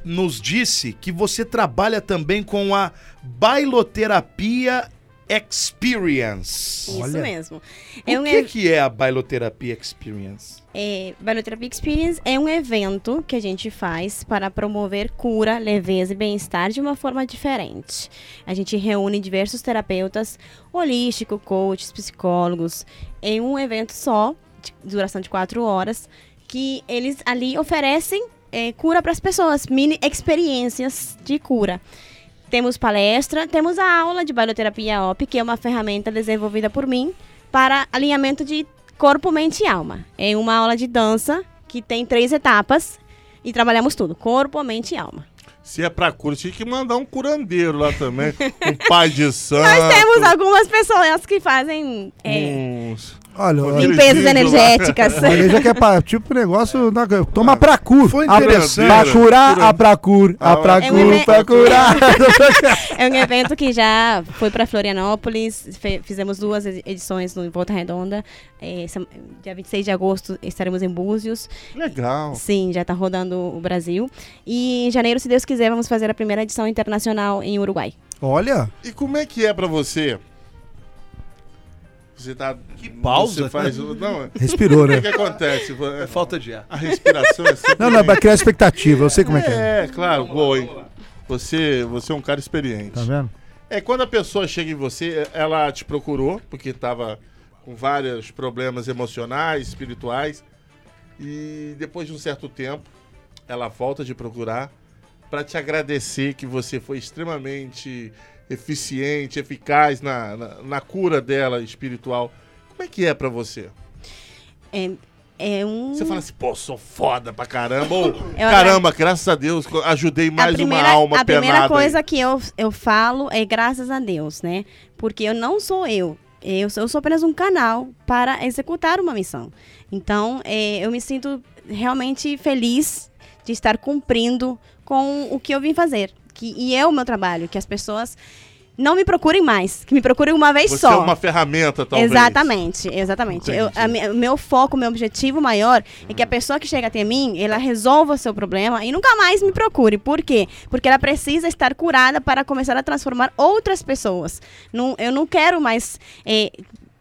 nos disse que você trabalha também com a bailoterapia experience.
Isso
Olha.
mesmo. um
O que, que é a bailoterapia experience?
É, Bioterapy Experience é um evento que a gente faz para promover cura, leveza e bem-estar de uma forma diferente. A gente reúne diversos terapeutas, holístico, coaches, psicólogos, em um evento só, de duração de quatro horas, que eles ali oferecem é, cura para as pessoas, mini experiências de cura. Temos palestra, temos a aula de bioterapia OP, que é uma ferramenta desenvolvida por mim para alinhamento de corpo, mente e alma. É uma aula de dança que tem três etapas e trabalhamos tudo: corpo, mente e alma.
Se é pra cura, tinha que mandar um curandeiro lá também. Um pai de santo.
Nós temos algumas pessoas que fazem é,
uns-
Olha, olha.
limpezas
Aquele vídeo lá.
energéticas.
Olha, já que é pra, tipo negócio. da- Toma Pracur.
Ah, Foi
A-
interessante.
Pra curar, a Pracur.
Ah,
A
é um
Pracur,
evento-
pra curar.
é um evento que já foi para Florianópolis, fe- fizemos duas e- edições no Volta Redonda. É, sem- dia 26 de agosto estaremos em Búzios.
É.
Legal.
Sim, já está rodando o Brasil. E em janeiro, se Deus quiser, vamos fazer a primeira edição internacional em Uruguai.
Olha,
E como é que é pra você? Você tá. Que
pausa.
Você faz. Não, é-
respirou,
o que,
né?
que acontece? É-
Falta de ar.
A respiração é sempre.
Não, não, é pra criar expectativa. Eu sei como é que é.
É, claro, boa, hein? Você, você é um cara experiente.
Tá vendo?
É quando a pessoa chega em você, é, ela te procurou, porque tava com vários problemas emocionais, espirituais. E depois de um certo tempo, ela volta de procurar para te agradecer que você foi extremamente eficiente, eficaz na, na, na cura dela espiritual. Como é que é pra você?
É, é um...
Você fala assim, pô, sou foda pra caramba. Ou,
Eu- né?
caramba, graças a Deus, co- ajudei mais uma alma
a primeira
penada aí."
coisa que eu, eu falo é graças a Deus, né? Porque eu não sou eu. Eu sou, eu sou apenas um canal para executar uma missão. Então, é, eu me sinto realmente feliz de estar cumprindo com o que eu vim fazer. Que, e é o meu trabalho, que as pessoas Não me procurem mais, que me procurem uma vez
Você
só.
é uma ferramenta, talvez.
Exatamente, exatamente. Eu- a mi- o meu foco, o meu objetivo maior é que a pessoa que chega até mim, ela resolva o seu problema e nunca mais me procure. Por quê? Porque ela precisa estar curada para começar a transformar outras pessoas. Não, eu não quero mais eh,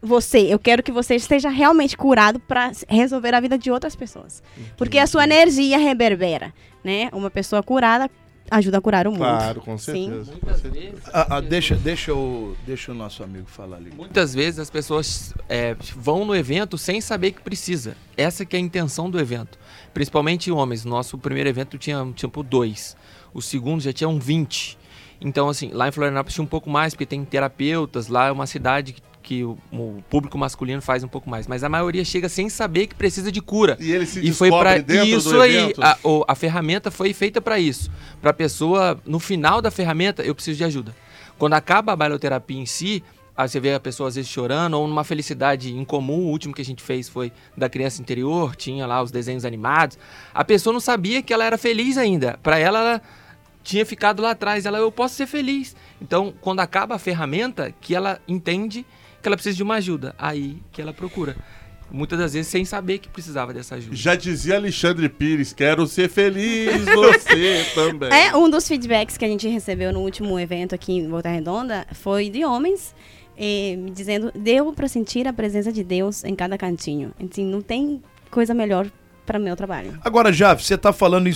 você, eu quero que você esteja realmente curado para resolver a vida de outras pessoas. Porque a sua energia reverbera, né? Uma pessoa curada ajuda a curar o mundo.
Claro, com
Sim.
certeza.
Muitas vezes,
Ah, ah, deixa, deixa, o, deixa o nosso amigo falar ali.
muitas vezes as pessoas é, vão no evento sem saber que precisa. Essa que é a intenção do evento. Principalmente homens. Nosso primeiro evento tinha, tipo, dois. O segundo já tinha um 20. Então, assim, lá em Florianópolis tinha um pouco mais, porque tem terapeutas. Lá é uma cidade que, que o, o público masculino faz um pouco mais. Mas a maioria chega sem saber que precisa de cura.
E ele se
E foi
descobre
para
dentro
isso
do
aí.
evento.
A, o- a ferramenta foi feita para isso. Para a pessoa, no final da ferramenta, eu preciso de ajuda. Quando acaba a bailoterapia em si, aí você vê a pessoa às vezes chorando ou numa felicidade incomum. O último que a gente fez foi da criança interior, tinha lá os desenhos animados. A pessoa não sabia que ela era feliz ainda. Para ela, ela tinha ficado lá atrás. Ela, eu posso ser feliz. Então, quando acaba a ferramenta, que ela entende que ela precisa de uma ajuda. Aí que ela procura. Muitas das vezes sem saber que precisava dessa ajuda.
Já dizia Alexandre Pires, quero ser feliz, você também.
É, um dos feedbacks que a gente recebeu no último evento aqui em Volta Redonda foi de homens eh, me dizendo: deu para sentir a presença de Deus em cada cantinho. Assim, não tem coisa melhor para meu trabalho.
Agora, Jaf, você está falando em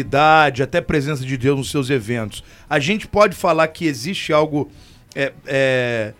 espiritualidade, até presença de Deus nos seus eventos. A gente pode falar que existe algo. é, é,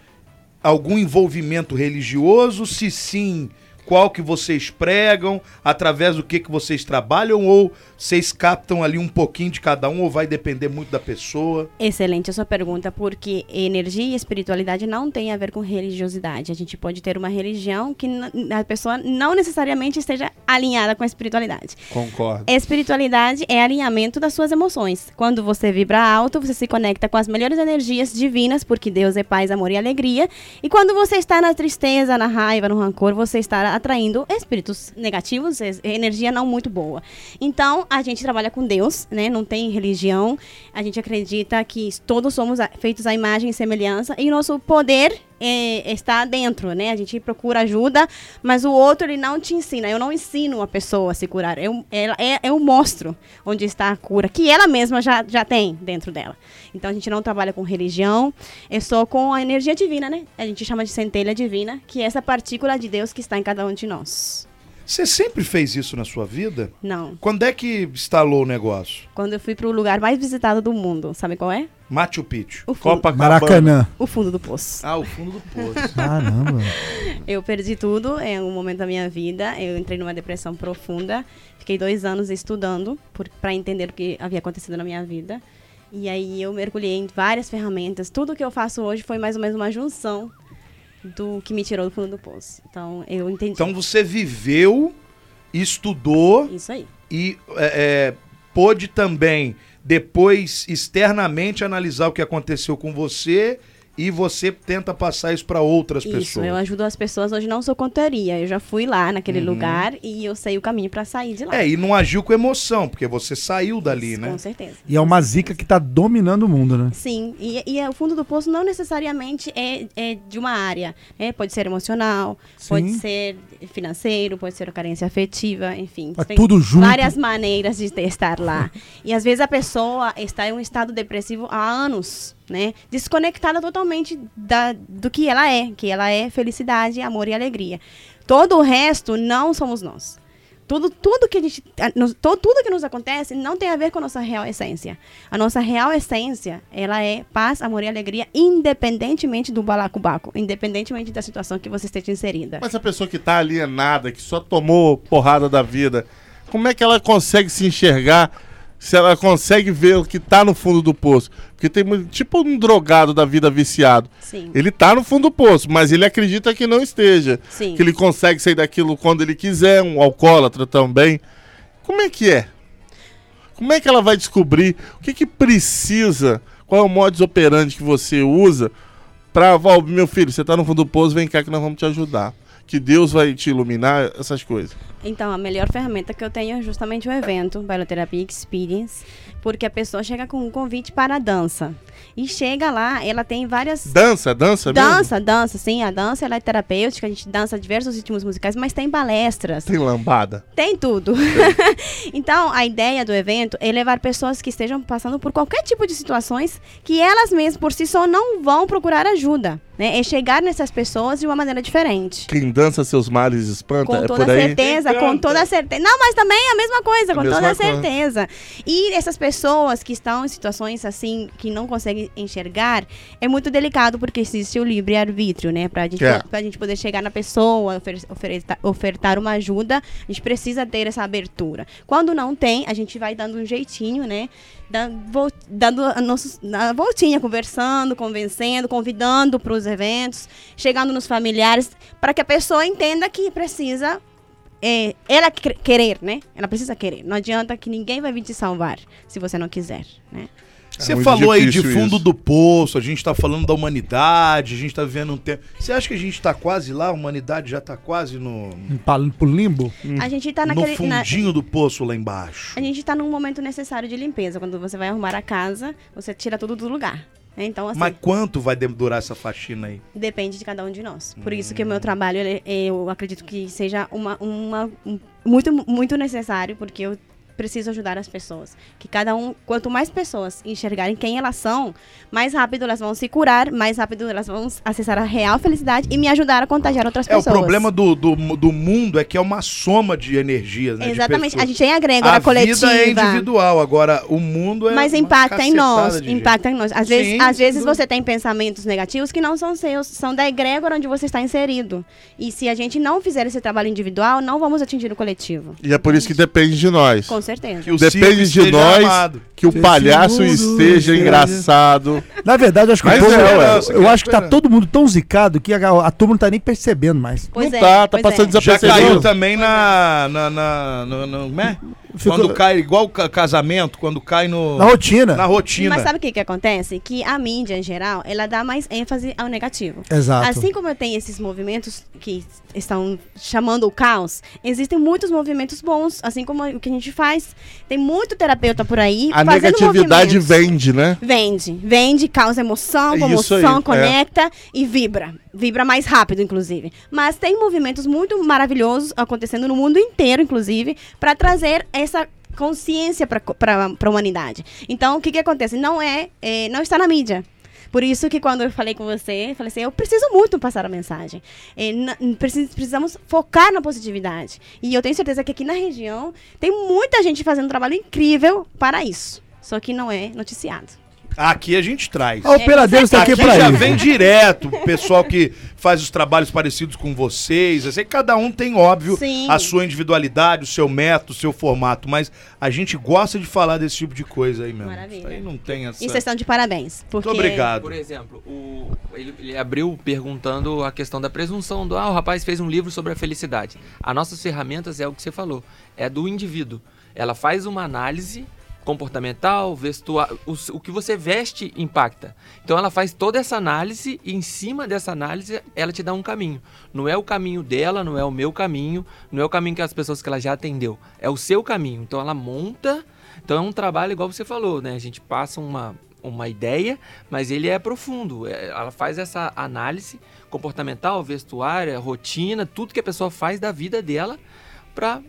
algum envolvimento religioso? Se sim, qual que vocês pregam? Através do que, que vocês trabalham? Ou vocês captam ali um pouquinho de cada um? Ou vai depender muito da pessoa?
Excelente a sua pergunta, porque energia e espiritualidade não tem a ver com religiosidade. A gente pode ter uma religião que n- a pessoa não necessariamente esteja alinhada com a espiritualidade.
Concordo.
Espiritualidade é alinhamento das suas emoções. Quando você vibra alto, você se conecta com as melhores energias divinas, porque Deus é paz, amor e alegria. E quando você está na tristeza, na raiva, no rancor, você está atraindo espíritos negativos, es- energia não muito boa. Então, a gente trabalha com Deus, né? Não tem religião. A gente acredita que todos somos a- feitos à imagem e semelhança e nosso poder é, está dentro, né? A gente procura ajuda, mas o outro ele não te ensina. Eu não ensino a pessoa a se curar. Eu, ela, é, eu mostro onde está a cura, que ela mesma já, já tem dentro dela. Então a gente não trabalha com religião, é só com a energia divina, né? A gente chama de centelha divina, que é essa partícula de Deus que está em cada um de nós.
Você sempre fez isso na sua vida?
Não.
Quando é que instalou o negócio?
Quando eu fui para o lugar mais visitado do mundo, sabe qual é?
Machu Picchu.
O fundo,
Copa
Maracanã.
o fundo do poço.
Ah, o fundo do poço.
Caramba.
Eu perdi tudo em um momento da minha vida. Eu entrei numa depressão profunda. Fiquei dois anos estudando para entender o que havia acontecido na minha vida. E aí eu mergulhei em várias ferramentas. Tudo que eu faço hoje foi mais ou menos uma junção do que me tirou do fundo do poço. Então eu entendi
então você viveu, estudou
isso aí.
e é, é, pôde também depois externamente analisar o que aconteceu com você e você tenta passar isso para outras
Isso, eu
pessoas. Uhum.
ajudo as pessoas hoje não sou contaria. Eu já fui lá naquele lugar e eu sei o caminho para sair de lá.
É, e não agiu com emoção, porque você saiu dali,
Isso,
né?
Com certeza.
E é uma zica que tá dominando o mundo, né?
Sim, e, e é- o fundo do poço não necessariamente é, é de uma área. né? Pode ser emocional, pode
Sim.
ser financeiro, pode ser carência afetiva, enfim.
É tudo junto.
várias maneiras de ter- estar lá. e às vezes a pessoa está em um estado depressivo há anos, né? Desconectada totalmente da, do que ela é, que ela é felicidade, amor e alegria. Todo o resto não somos nós. Tudo, tudo que a gente, a- nos- to- tudo que nos acontece não tem a ver com a nossa real essência. A nossa real essência, ela é paz, amor e alegria, independentemente do balacobaco, independentemente da situação que você esteja inserida.
Mas a pessoa que tá alienada, que só tomou porrada da vida, como é que ela consegue se enxergar se ela consegue ver o que tá no fundo do poço? Porque tem muito- tipo um drogado da vida viciado.
Sim.
Ele tá no fundo do poço, mas ele acredita que não esteja.
Sim.
Que ele consegue sair daquilo quando ele quiser, um alcoólatra também. Como é que é? Como é que ela vai descobrir o que que precisa? Qual é o modus operandi que você usa pra, "Val, meu filho, você tá no fundo do poço, vem cá que nós vamos te ajudar. Que Deus vai te iluminar, essas coisas.
Então, a melhor ferramenta que eu tenho é justamente o evento, Bailoterapia Experience, porque a pessoa chega com um convite para a dança. E chega lá, ela tem várias
Dança, dança mesmo?
Dança, dança, sim. A dança ela é terapêutica, a gente dança diversos ritmos musicais, mas tem palestras,
Tem lambada.
tem tudo. então, a ideia do evento é levar pessoas que estejam passando por qualquer tipo de situações que elas mesmas, por si só, não vão procurar ajuda. Né? É chegar nessas pessoas de uma maneira diferente.
Quem dança seus males espanta,
Com
é
toda
por aí.
certeza, com toda certeza. Não, mas também é a mesma coisa,
A
com
mesma
toda
coisa.
certeza. E essas pessoas que estão em situações assim, que não conseguem enxergar, é muito delicado porque existe o livre-arbítrio, né? Pra gente,
É.
pra gente poder chegar na pessoa, ofer- oferta- ofertar uma ajuda, a gente precisa ter essa abertura. Quando não tem, a gente vai dando um jeitinho, né? da- vol- dando a nossos- a voltinha, conversando, convencendo, convidando para os eventos, chegando nos familiares, para que a pessoa entenda que precisa é, ela cre- querer, né? Ela precisa querer. Não adianta que ninguém vai vir te salvar se você não quiser, né?
Você
É muito
falou aí de
difícil
fundo
isso.
do poço, a gente tá falando da humanidade, a gente tá vivendo um tempo. Você acha que a gente tá quase lá? A humanidade já tá quase no,
Falando pro limbo?
A gente tá
Hum. no
naquele na-
fundinho do poço lá embaixo.
a gente tá num momento necessário de limpeza, quando você vai arrumar a casa, você tira tudo do lugar. né? Então assim,
Mas quanto vai demorar essa faxina aí?
depende de cada um de nós. Por isso que o meu
Hum.
trabalho, ele- eu acredito que seja uma, uma- um- muito, muito necessário, porque eu preciso ajudar as pessoas. Que cada um, quanto mais pessoas enxergarem quem elas são, mais rápido elas vão se curar, mais rápido elas vão acessar a real felicidade e me ajudar a contagiar outras
É, o
pessoas.
problema do, do, do mundo é que é uma soma de energias, né? de
Exatamente.
pessoas.
A gente tem a Grégora
a
coletiva.
vida é individual, agora o mundo é.
Mas
uma
impacta em nós,
cacetada de
impacta em nós. Às
Sim,
vezes, às
sem
vezes
dúvida.
você tem pensamentos negativos que não são seus, são da egrégora onde você está inserido. E se a gente não fizer esse trabalho individual, não vamos atingir o coletivo.
E é por isso que depende de nós.
Com
gente.
certeza.
Que o
Depende
circo
de
esteja
nós
armado.
Que o
Esse
palhaço
mundo esteja-
esteja engraçado.
Na verdade, eu acho que
Mas
o povo,
é,
eu,
ué,
eu acho que tá todo mundo tão zicado que a, a turma não tá nem percebendo mais.
Pois
não
é,
tá, tá
pois
passando
é.
Já
desapercebido. tá.
caiu também na. na, na, na- na- como é?
Ficou-
Quando cai, igual ca- casamento, quando cai no.
Na rotina.
na rotina.
Mas sabe o que, que acontece? Que a mídia, em geral, ela dá mais ênfase ao negativo.
Exato.
Assim como eu tenho esses movimentos que estão chamando o caos, existem muitos movimentos bons, assim como o que a gente faz. Tem muito terapeuta por aí
A
fazendo
negatividade
movimentos.
vende, né?
Vende, vende, causa emoção,
Isso aí,
comoção,
é.
conecta e vibra. Vibra mais rápido, inclusive. Mas tem movimentos muito maravilhosos acontecendo no mundo inteiro, inclusive, para trazer essa consciência para a humanidade. Então, o que, que acontece? Não é, é, não está na mídia. Por isso que quando eu falei com você, eu falei assim, eu preciso muito passar a mensagem. É, n- precis- precisamos focar na positividade. E eu tenho certeza que aqui na região tem muita gente fazendo um trabalho incrível para isso. Só que não é noticiado.
Aqui a gente traz.
A operadeira está tá aqui,
Aqui
pra
já
isso.
vem direto, o pessoal que faz os trabalhos parecidos com vocês. Eu sei que cada um tem, óbvio,
Sim.
a sua individualidade, o seu método, o seu formato, mas a gente gosta de falar desse tipo de coisa aí mesmo.
Maravilha.
Isso Aí não tem essa.
E vocês estão de parabéns. Porque
Muito obrigado.
Por exemplo, o- ele, ele abriu perguntando a questão da presunção do ah, o rapaz fez um livro sobre a felicidade. As nossas ferramentas é o que você falou, é do indivíduo. Ela faz uma análise comportamental, vestua, o, s- o que você veste impacta. Então ela faz toda essa análise e em cima dessa análise ela te dá um caminho. Não é o caminho dela, não é o meu caminho, não é o caminho que as pessoas que ela já atendeu, é o seu caminho. Então ela monta, então é um trabalho igual você falou, né? A gente passa uma uma ideia, mas ele é profundo. É, Ela faz essa análise comportamental, vestuária, rotina, tudo que a pessoa faz da vida dela para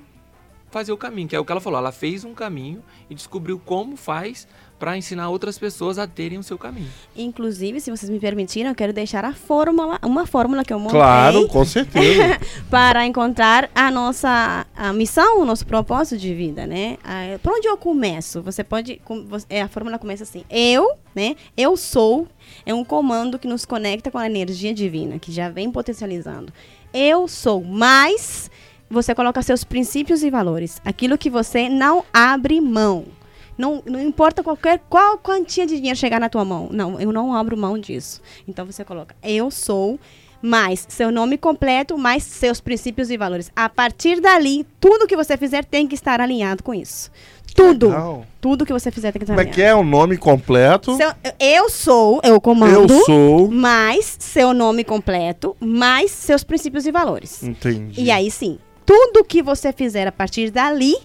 fazer o caminho, que é o que ela falou. Ela fez um caminho e descobriu como faz para ensinar outras pessoas a terem o seu caminho.
Inclusive, se vocês me permitirem, eu quero deixar a fórmula, uma fórmula que eu montei
Claro, com certeza.
para encontrar a nossa a missão, o nosso propósito de vida, né? Ah, Por onde eu começo? Você pode. com- você- é, A fórmula começa assim. Eu, né? Eu sou. É um comando que nos conecta com a energia divina, que já vem potencializando. Eu sou mais. Você coloca seus princípios e valores. Aquilo que você não abre mão. Não, não importa qualquer qual quantia de dinheiro chegar na tua mão. Não, eu não abro mão disso. Então você coloca, eu sou mais seu nome completo, mais seus princípios e valores. A partir dali, tudo que você fizer tem que estar alinhado com isso. Tudo.
Legal.
Tudo que você fizer tem que estar
Como é
alinhado.
que é o nome completo?
Seu- eu sou, eu comando,
Eu sou.
mais seu nome completo, mais seus princípios e valores.
Entendi.
E aí sim, tudo que você fizer a partir dali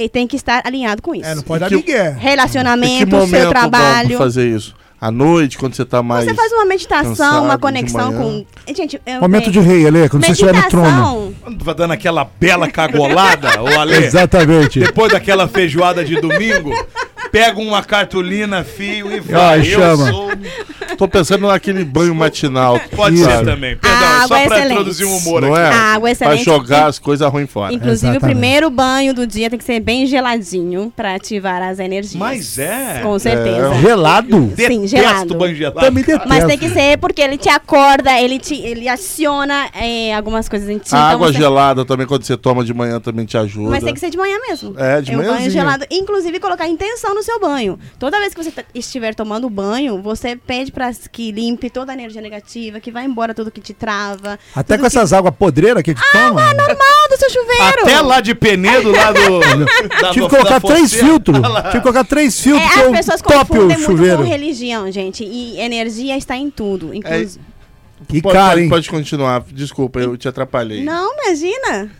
eh, tem que estar alinhado com isso.
É, não pode dar ninguém.
Em que
Relacionamento,
momento
seu
dá pra
trabalho.
fazer isso? À noite, quando você tá mais...
Você faz uma meditação,
cansado
uma
de
conexão
manhã.
com. Eh, Gente, eu,
Momento
eh,
de rei, Ale, quando você estiver no um trono.
meditação.
Quando vai dando aquela bela cagolada, ô Ale,
Exatamente.
depois daquela feijoada de domingo, pega uma cartolina, fio e
Ai, chama.
sou-
um-
Tô pensando naquele banho matinal.
Pode ser
Sabe?
também. Perdão,
Ah,
é só
água
pra
excelente.
introduzir um humor
Não
aqui.
é?
A água é
Pra
excelente.
jogar as coisas ruins fora.
Inclusive,
Exatamente.
o primeiro banho do dia tem que ser bem geladinho pra ativar as energias.
Mas é.
Com certeza.
Gelado?
Sim, gelado.
banho gelado.
Também detesto.
Mas tem que ser porque ele te acorda, ele te ele aciona eh, algumas coisas em ti.
A
então
água
você-
gelada também, quando você toma de manhã, também te ajuda.
Mas tem que ser de manhã mesmo.
né? É, de
É um banho
manhãzinha.
gelado. Inclusive, colocar intenção no seu banho. Toda vez que você t- estiver tomando banho, você pede pra que limpe toda a energia negativa, que vá embora tudo que te trava.
Até
tudo Ah,
com essas águas podreiras que a gente toma.
que... Normal do seu chuveiro!
Até lá de Penedo, lá do. da-
Tive
Tá da
que colocar
Fonseca.
três filtros. Tive que colocar três
É,
filtros
as
que eu
pessoas
tope o
confundem muito
chuveiro.
com religião, gente. E energia está em tudo. Inclusive.
E
Pode,
cara,
pode-
hein?
pode continuar. Desculpa, eu te atrapalhei.
Não, imagina.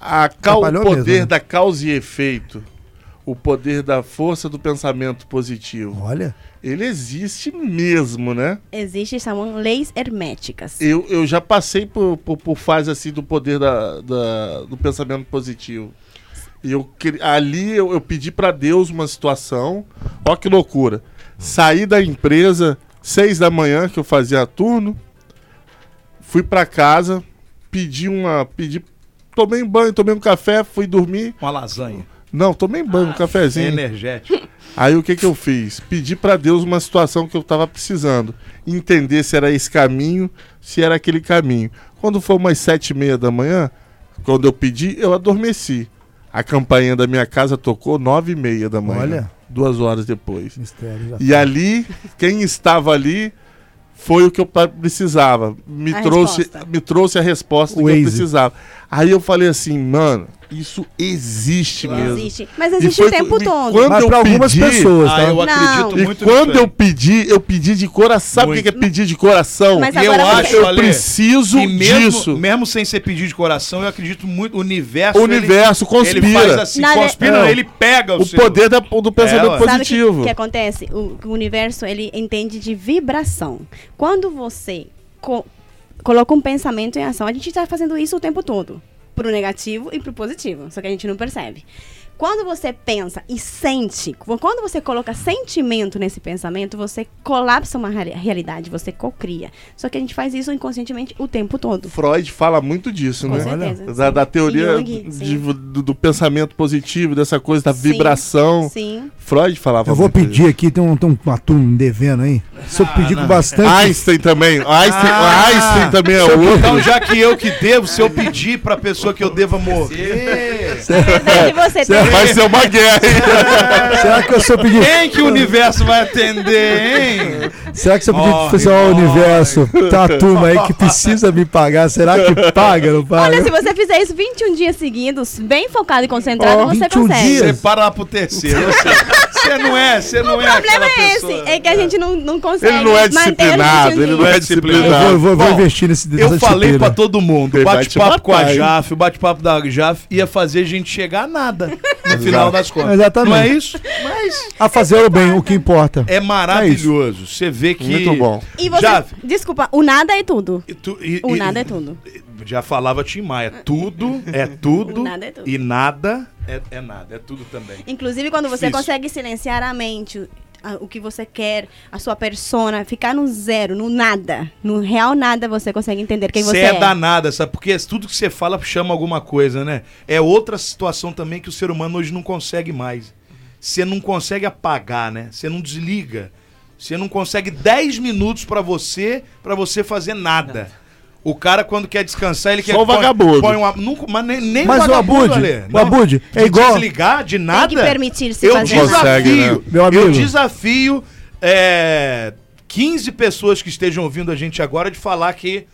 A cal- o
Atrapalhou
poder
mesmo, né?
da causa e efeito. O poder da força do pensamento positivo.
Olha,
Ele existe mesmo, né?
Existem, chamam leis herméticas.
Eu, eu já passei por, por, por fase assim do poder da, da- do pensamento positivo. E eu, cri- ali eu, eu pedi pra Deus uma situação. Ó que loucura. Saí da empresa, seis da manhã, que eu fazia turno. Fui pra casa, pedi uma. Pedi, tomei um banho, tomei um café, fui dormir.
Uma lasanha. É
Não, tomei
Ah,
banho, um cafezinho.
Energético.
Aí o que que eu fiz? Pedi pra Deus uma situação que eu tava precisando. Entender se era esse caminho, se era aquele caminho. Quando foi umas sete e meia da manhã, quando eu pedi, eu adormeci. A campainha da minha casa tocou nove e meia da manhã.
Olha.
Duas horas depois.
mistério. já.
E ali, quem estava ali foi o que eu pa- precisava. Me,
A
trouxe,
resposta.
me trouxe a resposta
O
do que eu
Waze.
precisava. Aí eu falei assim, mano, isso existe mesmo.
Existe. Mas
E
existe
foi
o tempo
e
todo.
Quando
Mas
eu
pra algumas
pedi,
pessoas,
Ah,
tá?
eu
Não.
acredito
e
muito
quando
nisso
eu
aí.
pedi, eu pedi de coração. Sabe o que que é pedir de coração?
Mas
E eu
Agora
acho,
eu
Ale,
preciso
que mesmo,
disso.
mesmo sem ser pedido de coração, eu acredito muito. O universo.
o universo
Ele, ele faz
conspira.
assim,
Na-
conspira,
É.
ele pega o,
o
seu-
poder da- do
ué.
pensamento
Sabe o que-
positivo.
que, é acontece? O, o universo ele entende de vibração. Quando você co- coloca um pensamento em ação, a gente está fazendo isso o tempo todo. Pro negativo e pro positivo. Só que a gente não percebe. Quando você pensa e sente, quando você coloca sentimento nesse pensamento, você colapsa uma reali- realidade, você cocria. Só que a gente faz isso inconscientemente o tempo todo.
Freud fala muito disso,
Com
né?
certeza,
Da,
sim.
da teoria
Jung,
de-
sim.
do, do pensamento positivo, dessa coisa da
Sim,
vibração.
Sim.
Freud falava
Eu vou
muito
pedir aqui, tem um, tem um atum me devendo aí. Se eu pedir com
disso.
bastante.
Einstein também. Einstein,
Ah!
Einstein também é
Então,
outro.
já que eu que devo, se eu pedir pra pessoa que eu deva morrer.
Na verdade, você tem
Vai ser uma guerra, hein?
Será que eu- se eu pedir.
Quem que o universo vai atender, hein?
Será que se eu pedir pro
Morre,
pessoal
morre.
universo, tá a turma aí que precisa me pagar, será que paga, não
Olha,
paga?
se você fizer isso 21 dias seguidos, bem focado e concentrado,
Ó,
você
21
consegue.
dias.
Você para lá pro terceiro. Você, você não é, você não
O
é aquela
problema é
pessoa.
esse, é que a gente não, não consegue.
Ele não é
manter
disciplinado,
os 21
ele não é
dias.
Eu
disciplinado.
vou, eu vou- eu vou
Bom,
investir nesse
Eu
nessa
falei
chuteira.
pra todo mundo,
Ele
o
vai te
bate-papo com a
matar, hein?
Jaf, o bate-papo da Jaf ia fazer a gente chegar a nada no final das contas.
Exatamente.
Não é isso?
A fazer o bem, o que importa.
É maravilhoso. Você vê que.
Muito bom.
E você,
Jaf,
desculpa, o nada é tudo.
e tu- e-
O
e-
nada é tudo.
Já falava Tim Maia, tudo é tudo,
O nada é tudo.
e nada é, é nada, é tudo também.
Inclusive, quando você
Difícil.
consegue silenciar a mente, o- a- o que você quer, a sua persona, ficar no zero, no nada, no real nada, você consegue entender quem você
Você é,
é.
danada, sabe? Porque é tudo que você fala chama alguma coisa, né? É outra situação também que o ser humano hoje não consegue mais. Você não consegue apagar, né? Você não desliga. Você não consegue 10 minutos pra você, pra você fazer nada. O cara, quando quer descansar, ele
Só
quer...
o
põe-
vagabundo.
Põe uma, nunca, mas nem, nem
Mas o
vagabundo,
Abud,
Ale.
o
Não,
Abud, é
de
igual-
Desligar de nada...
Tem que permitir-se
Eu
fazer
desafio,
nada.
Consegue, né?
Meu amigo.
eu desafio é, 15 pessoas que estejam ouvindo a gente agora de falar que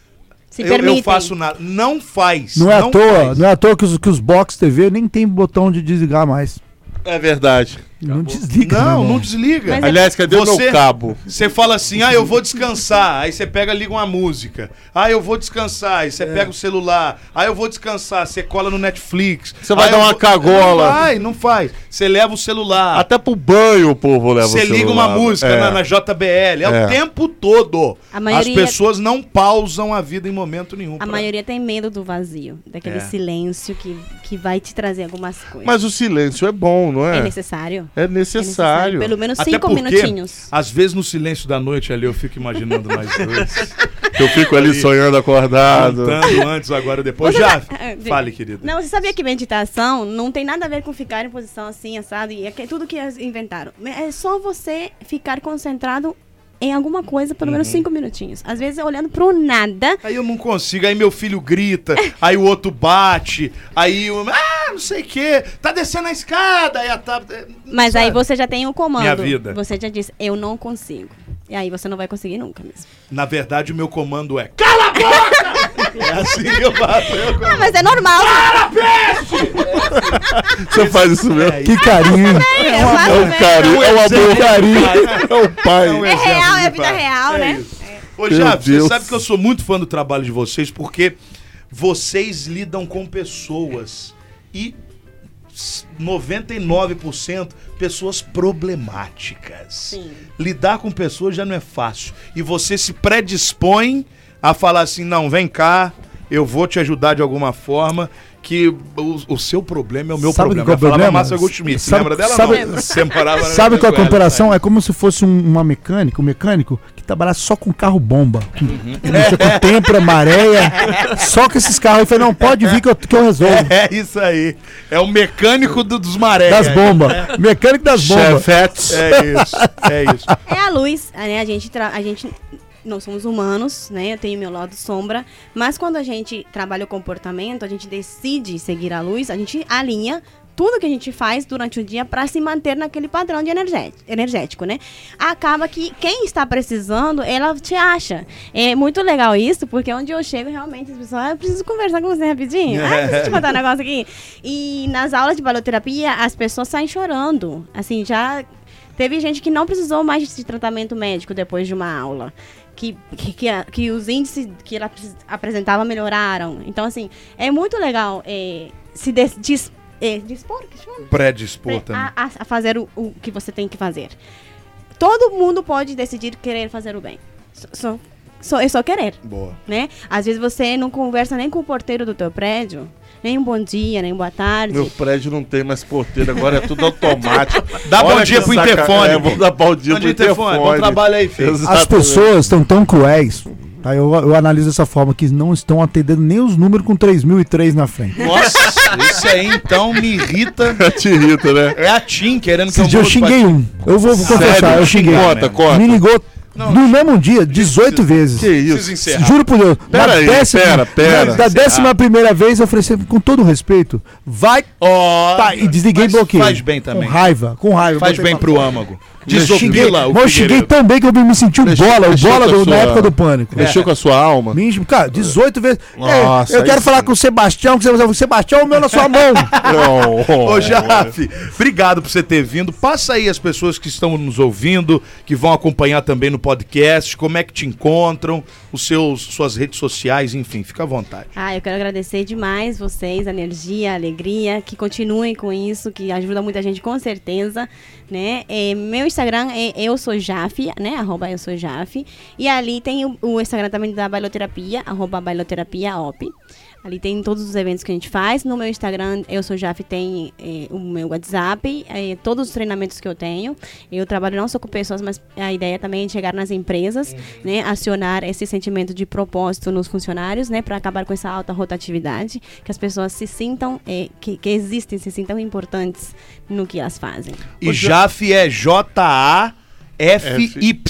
Se
eu,
permitem.
eu faço nada. Não faz.
Não é à toa,
faz.
não é à toa que os, que os box TV nem tem botão de desligar mais.
É verdade.
Não desliga. meu
Não,
irmão.
não desliga.
Mas é-
Aliás, cadê o
Você-
meu cabo?
Você fala assim, ah, eu vou descansar. Aí você pega, liga uma música. Ah, eu vou descansar. Aí
É.
você pega o celular. Ah, eu vou descansar. Você cola no Netflix.
Você vai
Ah,
dar
eu
uma
vou-
cagola.
Não vai, não faz. Você leva o celular.
Até pro banho o povo leva o
Você liga uma
celular.
música
É.
na, na JBL. É,
É.
o tempo todo.
A maioria-
As pessoas não pausam a vida em momento nenhum.
A
pra-
maioria tem medo do vazio, daquele
É.
silêncio que, que vai te trazer algumas coisas.
Mas o silêncio é bom, não
é
é?
necessário?
É
É
necessário.
Pelo menos
Até
cinco
porque-
minutinhos.
Às vezes no silêncio da noite ali eu fico imaginando mais dois.
Eu fico ali sonhando acordado.
Cantando antes, agora, depois.
Você
Já.
tá-
Fale, querido.
Não, você sabia que meditação não tem nada a ver com ficar em posição assim, assado, e é que- tudo que eles inventaram. É só você ficar concentrado em alguma coisa, pelo menos cinco minutinhos. Às vezes olhando pro nada.
Aí eu não consigo, aí meu filho grita, aí o outro bate, aí o. Ah, não sei o quê. Tá descendo a escada, aí a tábua.
Mas aí
sabe?
você já tem o comando.
Minha vida.
Você já disse, eu não consigo. E aí você não vai conseguir nunca mesmo.
Na verdade, o meu comando é. Cala a boca! é assim que eu faço. Eu...
Ah, mas é normal.
Você faz isso mesmo.
Que carinho.
é,
É um carinho, é um amor carinho. É um pai.
é real, é vida real, né?
Ô,
Meu
Javi, você
Deus.
sabe que eu sou muito fã do trabalho de vocês, porque vocês lidam com pessoas e s- 99% pessoas problemáticas.
Sim.
Lidar com pessoas já não é fácil. E você se predispõe a falar assim: não, vem cá, eu vou te ajudar de alguma forma. Que o, o seu problema é o meu
Sabe
problema.
qual é o
Eu falava
problema?
Márcia Goldschmidt.
Sabe-
Lembra dela?
sabe-
não? Você morava na
Sabe qual é a
Venezuela.
comparação? É como se fosse um, uma mecânica, um mecânico que trabalhasse só com carro bomba. Que mexia com tempra, maréia, só com esses carros. Eu falei, não, pode vir que eu, que eu resolvo.
É isso aí. É o mecânico do- dos marés.
Das bombas. Mecânico das bombas.
Chefetes.
É isso, é isso.
É a luz, né? A gente, tra- a gente, nós somos humanos, né? Eu tenho meu lado sombra, mas quando a gente trabalha o comportamento, a gente decide seguir a luz, a gente alinha tudo que a gente faz durante o dia para se manter naquele padrão de energético, energético, né? Acaba que quem está precisando, ela te acha. É muito legal isso, porque onde eu chego realmente as pessoas, ah, eu preciso conversar com você rapidinho. Ah, eu preciso te contar um negócio aqui. E nas aulas de baloterapia, as pessoas saem chorando. Assim, já Teve gente que não precisou mais de tratamento médico depois de uma aula. Que, que, que, a- que os índices que ela apres- apresentava melhoraram. Então, assim, é muito legal é, se des, dis- é, dispor, que chama?
Predispor também.
a, a, a fazer o, o que você tem que fazer. Todo mundo pode decidir querer fazer o bem. Só, só, só, é só querer
Boa.
né? Às vezes você não conversa nem com o porteiro do teu prédio, nem um bom dia, nem boa tarde.
Meu prédio não tem mais porteiro, agora é tudo automático.
Dá bom
Olha
dia
que
pro
saca-
interfone.
É, vou dar bom dia
Bom
pro
dia, interfone.
interfone.
Bom trabalho aí, filho.
As pessoas estão tão cruéis. Tá? Eu, eu analiso dessa forma que não estão atendendo nem os números com 3003 na frente.
Nossa, isso aí então me irrita.
Te irrita, né?
É a Tim querendo que
Esse dia eu
mude pra-
xinguei um. Eu vou, vou confessar, eu xinguei.
Conta,
Me
conta.
ligou no mesmo dia 18 vezes.
Que isso?
Preciso encerrar.
Juro por Deus.
Pera
da
aí,
décima,
pera, pera.
Da, da décima primeira vez eu falei sempre, com todo respeito, vai.
Ó,
Tá, e desliguei e
mas
bloqueei.
faz bem também.
Com raiva, com raiva.
Faz
Botei
bem
pra-
pro âmago.
Xinguei,
Desopila o
mas eu xinguei
Figueiredo.
tão bem que eu me senti o
Mexeu-
bola, o
mexeu
bola
com a
do- na
sua-
época do pânico.
Mexeu com a sua alma?
Me enche- Cara, 18 vezes. É,
Nossa,
eu quero
aí
falar
sim.
com o Sebastião, que você vai o Sebastião, é o meu na sua mão.
Não.
Ô, Jaf, obrigado por você ter vindo. Passa aí as pessoas que estão nos ouvindo, que vão acompanhar também no podcast, como é que te encontram, os seus, suas redes sociais, enfim, fica à vontade.
Ah, eu quero agradecer demais vocês, a energia, a alegria, que continuem com isso, que ajuda muita gente com certeza, né? É, meu Instagram é eu sou Jaf, né? Arroba eu sou Jaf. E ali tem o, o Instagram também da bailoterapia, arroba bailoterapia.op. Ali tem todos os eventos que a gente faz. No meu Instagram, eu sou Jaf, tem eh, o meu WhatsApp, eh, todos os treinamentos que eu tenho. Eu trabalho não só com pessoas, mas a ideia também é chegar nas empresas,
Uhum.
né, acionar esse sentimento de propósito nos funcionários, né, para acabar com essa alta rotatividade, que as pessoas se sintam, eh, que, que existem, se sintam importantes no que elas fazem.
E Jaf é J-A-F-Y.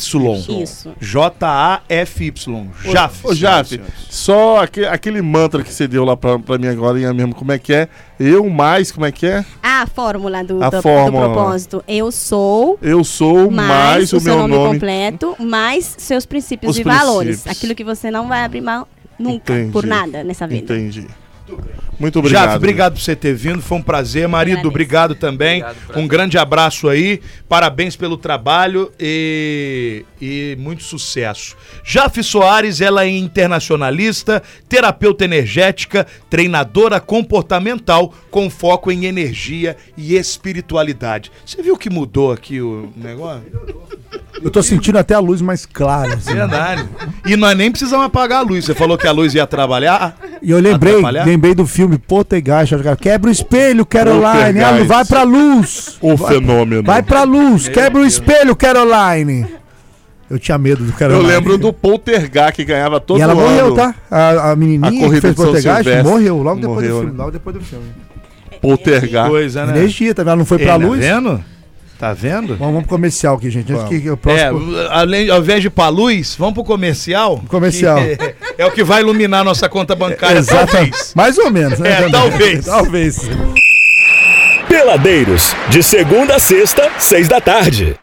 Isso.
J-A-F-Y. Jaf.
Ô, Jaf, só aque- aquele mantra que você deu lá pra, pra mim agora, hein, mesmo, como é que é? Eu mais, como é que é?
A fórmula do,
A
do- do
fórmula.
propósito. Eu sou
Eu sou mais, o
seu
meu
nome,
nome.
completo, mais seus princípios
Os
e valores.
princípios.
Aquilo que você não vai abrir mão nunca,
Entendi.
por nada nessa vida.
Entendi. Muito bem. Muito obrigado.
Jaf, obrigado por você ter vindo, foi um prazer. Marido,
Agradeço.
obrigado também.
Obrigado, prazer.
um grande abraço aí, parabéns pelo trabalho e, e muito sucesso. Jaf Soares, ela é internacionalista, terapeuta energética, treinadora comportamental com foco em energia e espiritualidade. Você viu que mudou aqui o negócio?
Eu tô sentindo até a luz mais clara. assim.
Verdade. E nós nem precisamos apagar a luz. Você falou que a luz ia trabalhar.
E eu lembrei,
Atrapalhar?
lembrei do filme Poltergeist. eu jogava, Quebra o espelho, Caroline.
Poltergeist.
Ela vai pra luz.
O fenômeno.
Vai pra luz. Quebra o espelho, Caroline. Eu tinha medo do
Eu
Caroline.
lembro do Poltergar que ganhava todo
E ela
ano.
morreu, tá? A, a menininha
A corrida
que fez
de São
Poltergeist
Silvestre.
morreu logo depois
Morreu,
do filme.
né?
Logo depois do filme.
Poltergar.
Coisa, né?
Energia, tá vendo? Ela não foi pra
Ei,
luz.
né?
Tá vendo? Tá vendo?
Vamos, vamos pro comercial aqui, gente. Antes que, que o
É,
próximo...
além, ao invés de ir pra luz, vamos pro comercial.
Comercial. É,
que É, é o que vai iluminar nossa conta
É,
bancária. talvez.
Mais ou menos, né?
É, talvez.
talvez.
Peladeiros, de segunda a sexta, seis da tarde.